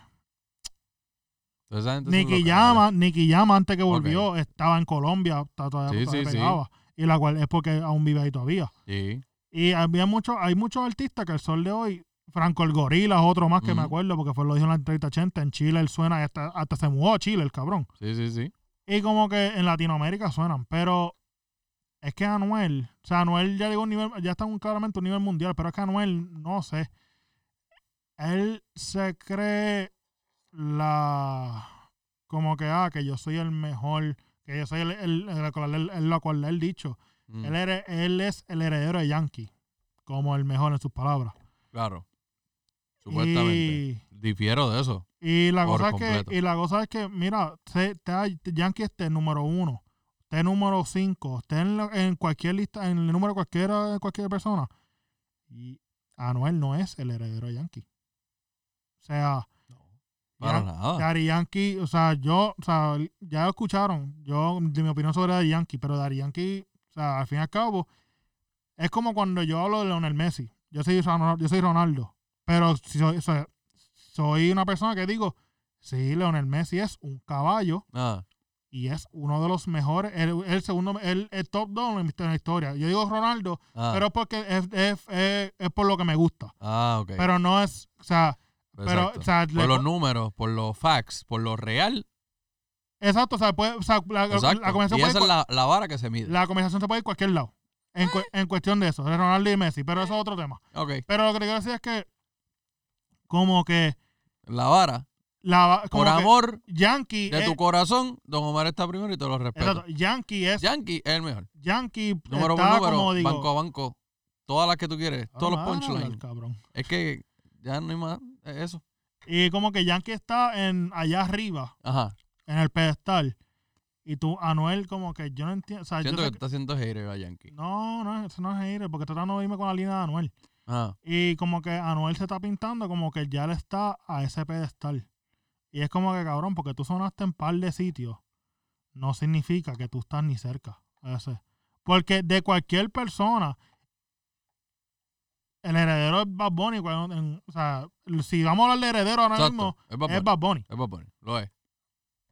A: Entonces, esa gente son
B: Nicky
A: locales.
B: Llama, Nicky Llama antes que volvió estaba en Colombia, está todavía,
A: Sí,
B: todavía
A: sí, sí.
B: pegaba, y la cual es porque aún vive ahí todavía.
A: Sí.
B: Y había mucho, hay muchos artistas que el sol de hoy, Franco el Gorila es otro más que me
A: Ujú.
B: acuerdo porque fue lo dijo en la entrevista 80, en Chile él suena, y hasta, hasta se mudó a Chile el cabrón.
A: Sí, sí, sí.
B: Y como que en Latinoamérica suenan, pero es que Anuel, o sea, Anuel ya llegó a un nivel, ya está en un, claramente a un nivel mundial, pero es que Anuel, no sé, él se cree la, como que, ah, que yo soy el mejor, que yo soy el, el, el- el- el- lo cual le he dicho,
A: Mm,
B: él, here- él es el heredero de Yankee, como el mejor en sus palabras.
A: Claro. Supuestamente.
B: Y-
A: Difiero de eso.
B: y la,
A: Por
B: cosa es que,
A: completo.
B: y la cosa es que, mira, se- te hay- Yankee esté número uno, esté número cinco, esté en, la- en cualquier lista, en el número de cualquiera, de cualquier persona. Y Anuel no es el heredero de Yankee. O sea,
A: Para
B: Yan-
A: nada.
B: Daddy Yankee, o sea, yo, o sea, ya escucharon, yo, de mi opinión sobre Daddy Yankee, pero Daddy Yankee, o sea, al fin y al cabo, es como cuando yo hablo de Leonel Messi. Yo soy, Ronal- yo soy Ronaldo, pero si soy, soy, soy una persona que digo, sí, Leonel Messi es un caballo
A: Nada.
B: y es uno de los mejores, el, el segundo, el, el top down en la historia. Yo digo Ronaldo,
A: Ah,
B: pero porque es, es- es- es por lo que me gusta,
A: ah, ok.
B: pero no es, o sea, pero,
A: Exacto.
B: o sea, le-
A: por los números, por los facts, por lo real.
B: Exacto, o sea, puede- o sea, la, la-
A: Exacto.
B: la conversación
A: y
B: puede
A: esa
B: ir
A: es la, la vara que se mide.
B: cua- la conversación se puede ir a cualquier lado. En, cu- en cuestión de eso, de Ronaldo y Messi, pero eso es otro tema.
A: ok.
B: Pero lo que te quiero decir es que, como que,
A: La vara.
B: la, va- como
A: Por
B: que
A: amor
B: Yankee,
A: de
B: es-
A: tu corazón, Don Omar está primero y te lo respeto.
B: Eh, exacto, Yankee es,
A: Yankee es el mejor.
B: Yankee
A: Número
B: está
A: uno, número,
B: como digo,
A: banco a banco. Todas las que tú quieres,
B: "Ah,
A: todos los
B: no, no, no,
A: punchlines.
B: cabrón.
A: Es que ya no hay más. es eso.
B: Y como que Yankee está en allá arriba,
A: Ajá.
B: en el pedestal, y tú, Anuel, como que yo no entiendo, o sea, yo
A: Siento que
B: sé
A: está haciendo hater a Yankee.
B: que- no, no, eso no es hater, porque estoy tratando de irme con la línea de Anuel.
A: Ajá.
B: Y como que Anuel se está pintando como que ya le está a ese pedestal. Y es como que, cabrón, porque tú sonaste en par de sitios, no significa que tú estás ni cerca. a ese. Porque de cualquier persona, el heredero es Bad Bunny. cuando- en- o sea, si vamos a hablar de heredero ahora mismo,
A: Exacto. Es Bad
B: es
A: Bunny.
B: Bad Bunny.
A: Es Bad Bunny. Lo es.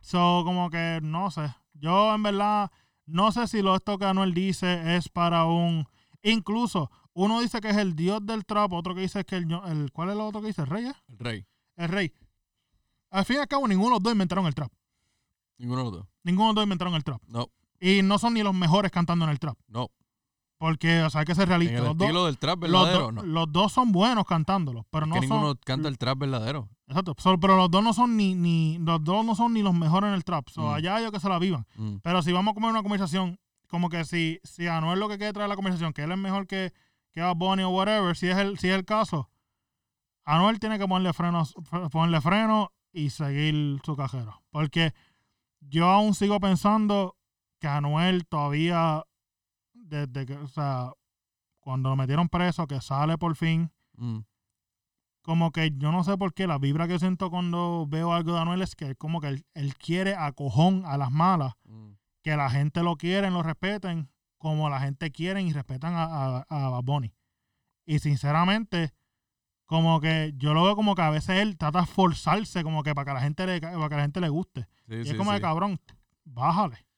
B: So, como que, no sé. Yo, en verdad, no sé si lo esto que Anuel dice es para un... Incluso, uno dice que es el dios del trap, otro que dice que el... ño- el ¿Cuál es el otro que dice? ¿El rey? eh?
A: El rey.
B: El rey. Al fin y al cabo, ninguno de los dos inventaron el trap.
A: Ninguno de los dos.
B: Ninguno de los dos inventaron el trap.
A: No.
B: Y no son ni los mejores cantando en el trap.
A: No.
B: Porque, o sea, hay que ser
A: En
B: realistas.
A: el
B: Los, dos-
A: estilo del trap
B: los
A: verdadero,
B: dos-
A: no.
B: los dos son buenos cantándolos, pero no
A: que
B: son...
A: ninguno canta el trap verdadero.
B: Exacto. So, pero los dos no son ni, ni... Los dos no son ni los mejores en el trap. So,
A: Mm.
B: allá ellos que se la vivan.
A: Mm.
B: Pero si vamos a comer una conversación, como que si, si Anuel lo que quiere traer a la conversación, que él es mejor que, que Bad Bunny o whatever, si es el, si es el caso, Anuel tiene que ponerle freno, ponerle freno y seguir su cajero. Porque yo aún sigo pensando que Anuel todavía, desde que, o sea, cuando lo metieron preso, que sale por fin,
A: Mm.
B: como que yo no sé por qué la vibra que siento cuando veo algo de Anuel es que como que él, él quiere a cojón a las malas
A: Mm.
B: que la gente lo quieren, lo respeten, como la gente quieren y respetan a, a, a Bad Bunny. Y sinceramente, Como que yo lo veo como que a veces él trata de forzarse como que para que la gente le, ca- para que la gente le guste.
A: Sí,
B: y
A: sí,
B: es como de
A: sí.
B: cabrón, bájale.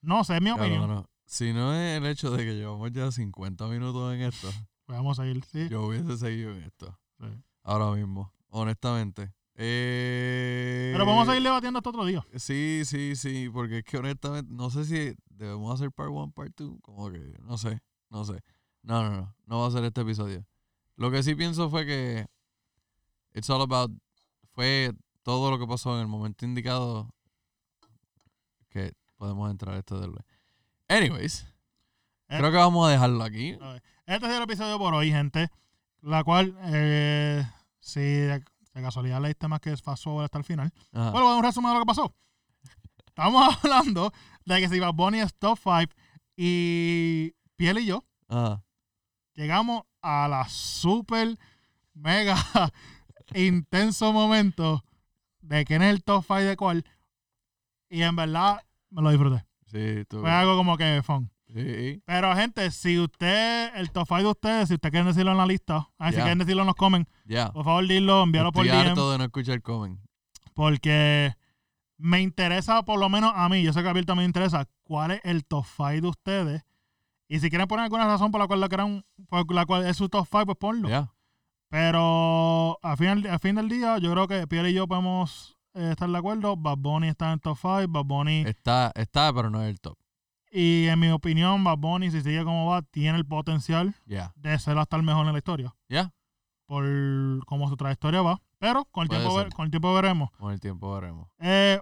B: No sé, es mi opinión.
A: Cabrón, Si no es el hecho de que llevamos ya 50 minutos en esto,
B: Pues vamos a ir, sí.
A: yo hubiese seguido en esto.
B: Sí.
A: Ahora mismo, honestamente. Eh,
B: Pero vamos a ir debatiendo hasta otro día.
A: Sí, sí, sí, porque es que honestamente, no sé si debemos hacer part 1, part 2, como que, no sé, no sé. No, no, no, no va a ser este episodio. Lo que sí pienso fue que It's All About fue todo lo que pasó en el momento indicado que podemos entrar a esto del... Anyways,
B: Eh.
A: creo que vamos a dejarlo aquí.
B: Este es el episodio por hoy, gente. La cual, eh, si de, de casualidad leíste más que es fast forward hasta el final.
A: Ajá.
B: Bueno, voy a dar un resumen de lo que pasó. Estamos hablando de que si Bad Bunny es top 5 y Piel y yo
A: ajá.
B: llegamos a la super mega intenso momento de quién es el top 5 de cuál. Y en verdad me lo disfruté.
A: Sí, tú.
B: Fue algo como que fun.
A: Sí,
B: Pero, gente, si usted, el top 5 de ustedes, si ustedes quieren decirlo en la lista, ah, si
A: Ya.
B: quieren decirlo en los comments,
A: ya.
B: por favor, dilo, envíalo por
A: Estoy
B: DM,
A: harto de no escuchar comen.
B: porque me interesa, por lo menos a mí, yo sé que a Bill también me interesa, cuál es el top 5 de ustedes. Y si quieren poner alguna razón por la cual, lo quieran- por la cual es su top 5, pues ponlo.
A: Ya.
B: Pero a fin, a fin del día, yo creo que Pierre y yo podemos eh, estar de acuerdo. Bad Bunny está en el top 5, Bad Bunny...
A: Está, está, pero no es el top.
B: Y en mi opinión, Bad Bunny, si sigue como va, tiene el potencial
A: Ya.
B: de ser hasta el mejor en la historia.
A: Ya.
B: Por cómo su trayectoria va. Pero con el,
A: Puede
B: tiempo,
A: ser.
B: ver- con el tiempo veremos.
A: Con el tiempo veremos.
B: Eh,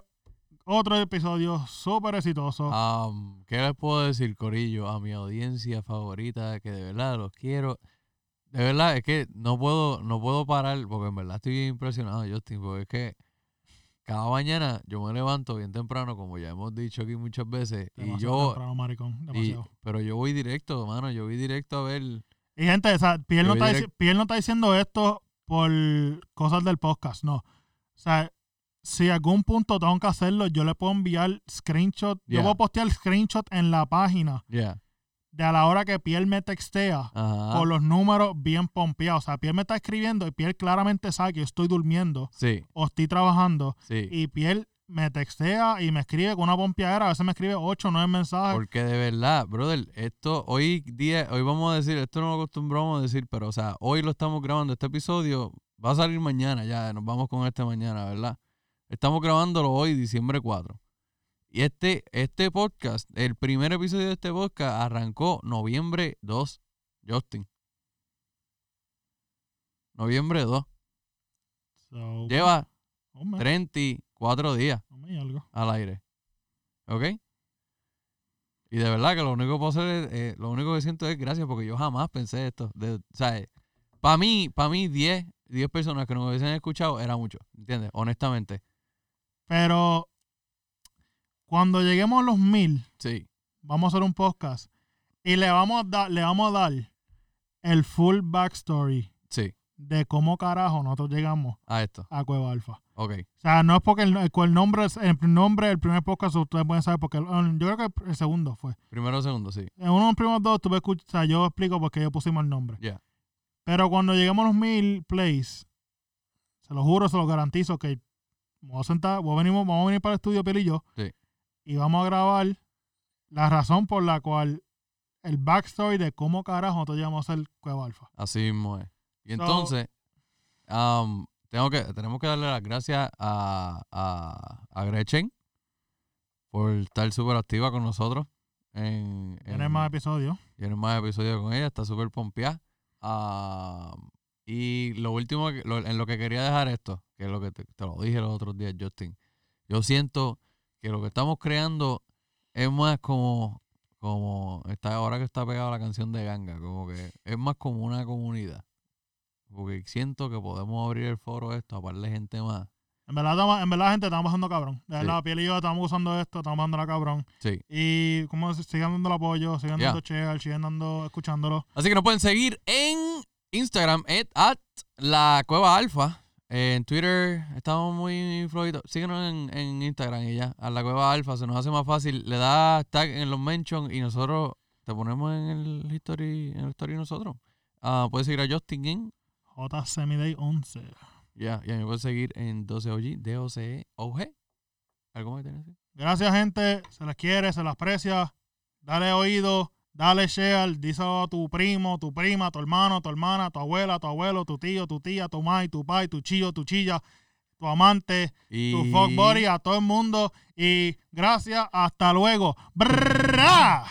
B: otro episodio súper exitoso.
A: Ah, Am, Um, ¿Qué les puedo decir, Corillo? A mi audiencia favorita, que de verdad los quiero. De verdad, es que no puedo, no puedo parar, porque en verdad estoy impresionado, Justin, porque es que cada mañana yo me levanto bien temprano, como ya hemos dicho aquí muchas veces, y
B: Demasiado
A: yo,
B: temprano, maricón,
A: y-
B: demasiado.
A: pero yo voy directo, mano, yo voy directo a ver.
B: Y, gente, o sea, Pierre no,
A: Yo vi
B: está
A: direct-
B: dici- Pierre no está diciendo esto por cosas del podcast, no. O sea, si a algún punto tengo que hacerlo, yo le puedo enviar screenshot.
A: Ya.
B: Yo puedo postear screenshot en la página
A: Ya,
B: de a la hora que Pierre me textea.
A: ajá.
B: con los números bien pompeados. O sea, Pierre me está escribiendo y Pierre claramente sabe que yo estoy durmiendo
A: Sí,
B: o estoy trabajando.
A: sí.
B: Y Pierre me textea y me escribe con una pompeadera. A veces me escribe 8 o 9 mensajes.
A: Porque de verdad, brother, esto hoy día, hoy vamos a decir, esto no lo acostumbramos a decir, pero o sea, hoy lo estamos grabando, este episodio va a salir mañana, ya nos vamos con este mañana, ¿verdad? Estamos grabándolo hoy, diciembre 4. Y este, este podcast, el primer episodio de este podcast arrancó noviembre 2, Justin. Noviembre 2.
B: So,
A: Lleva
B: un mes,
A: 34 días
B: un mes y algo.
A: al aire. ¿Ok? Y de verdad que lo único que puedo hacer es, eh, lo único que siento es gracias porque yo jamás pensé esto. De, o sea, para mí, para mí 10, 10 personas que nos hubiesen escuchado era mucho, ¿entiendes? Honestamente.
B: Pero cuando lleguemos a los mil,
A: Sí.
B: vamos a hacer un podcast y le vamos a dar, le vamos a dar el full backstory
A: Sí,
B: de cómo carajo nosotros llegamos
A: a esto.
B: a Cueva Alfa.
A: Ok.
B: O sea, no es porque el, el- el nombre es- el nombre del primer podcast ustedes pueden saber porque el- yo creo que el, el segundo fue.
A: Primero o segundo, sí.
B: En uno de los primeros dos tuve escuch- o sea, yo explico por qué yo pusimos el nombre.
A: Ya.
B: Pero cuando lleguemos a los mil plays, se lo juro, se lo garantizo que vamos a sentar, vos venimos, vamos a venir para el estudio Piel y yo
A: Sí.
B: y vamos a grabar la razón por la cual el backstory de cómo carajo nosotros llegamos a ser Cueva Alfa.
A: Así mismo es. Y
B: So-
A: entonces, am, tengo que, tenemos que darle las gracias a, a, a Gretchen por estar súper activa con nosotros. En,
B: Tiene
A: en-
B: más episodios.
A: Tienen más episodios con ella, está súper pompeada. Ah, y lo último, que- lo- en lo que quería dejar esto, que es lo que te, te lo dije los otros días, Justin. Yo siento que lo que estamos creando es más como, como está ahora que está pegada la canción de Ganga, como que es más como una comunidad. Porque siento que podemos abrir el foro a esto, a par de gente más.
B: En verdad, estamos- en verdad, gente, estamos pasando cabrón. De
A: Sí.
B: verdad, Piel y yo estamos usando esto, estamos pasando la cabrón.
A: Sí.
B: Y como se- sigan dando el apoyo, sigan
A: Ya.
B: dando share, sigan dando, escuchándolo.
A: Así que nos pueden seguir en Instagram, at, at la cueva alfa. Eh, En Twitter estamos muy fluidos. Síguenos en, en Instagram y ya, a la cueva alfa. Se nos hace más fácil. Le das tag en los mentions y nosotros te ponemos en el history, en el story nosotros. Ah, puedes seguir a Justin en
B: J. Semiday 11.
A: Ya, ya me puedes seguir en 12OG, DOCE, OG. E ¿Algo más que tienes?
B: Gracias, gente. Se les quiere, se les aprecia. Dale oído, dale share. Díselo a tu primo, tu prima, tu hermano, tu hermana, tu abuela, tu abuelo, tu tío, tu tía, tu mai, tu pai, tu chillo, tu chilla, tu amante,
A: Y...
B: tu fuck buddy, a todo el mundo. Y gracias, hasta luego. ¡Brrra!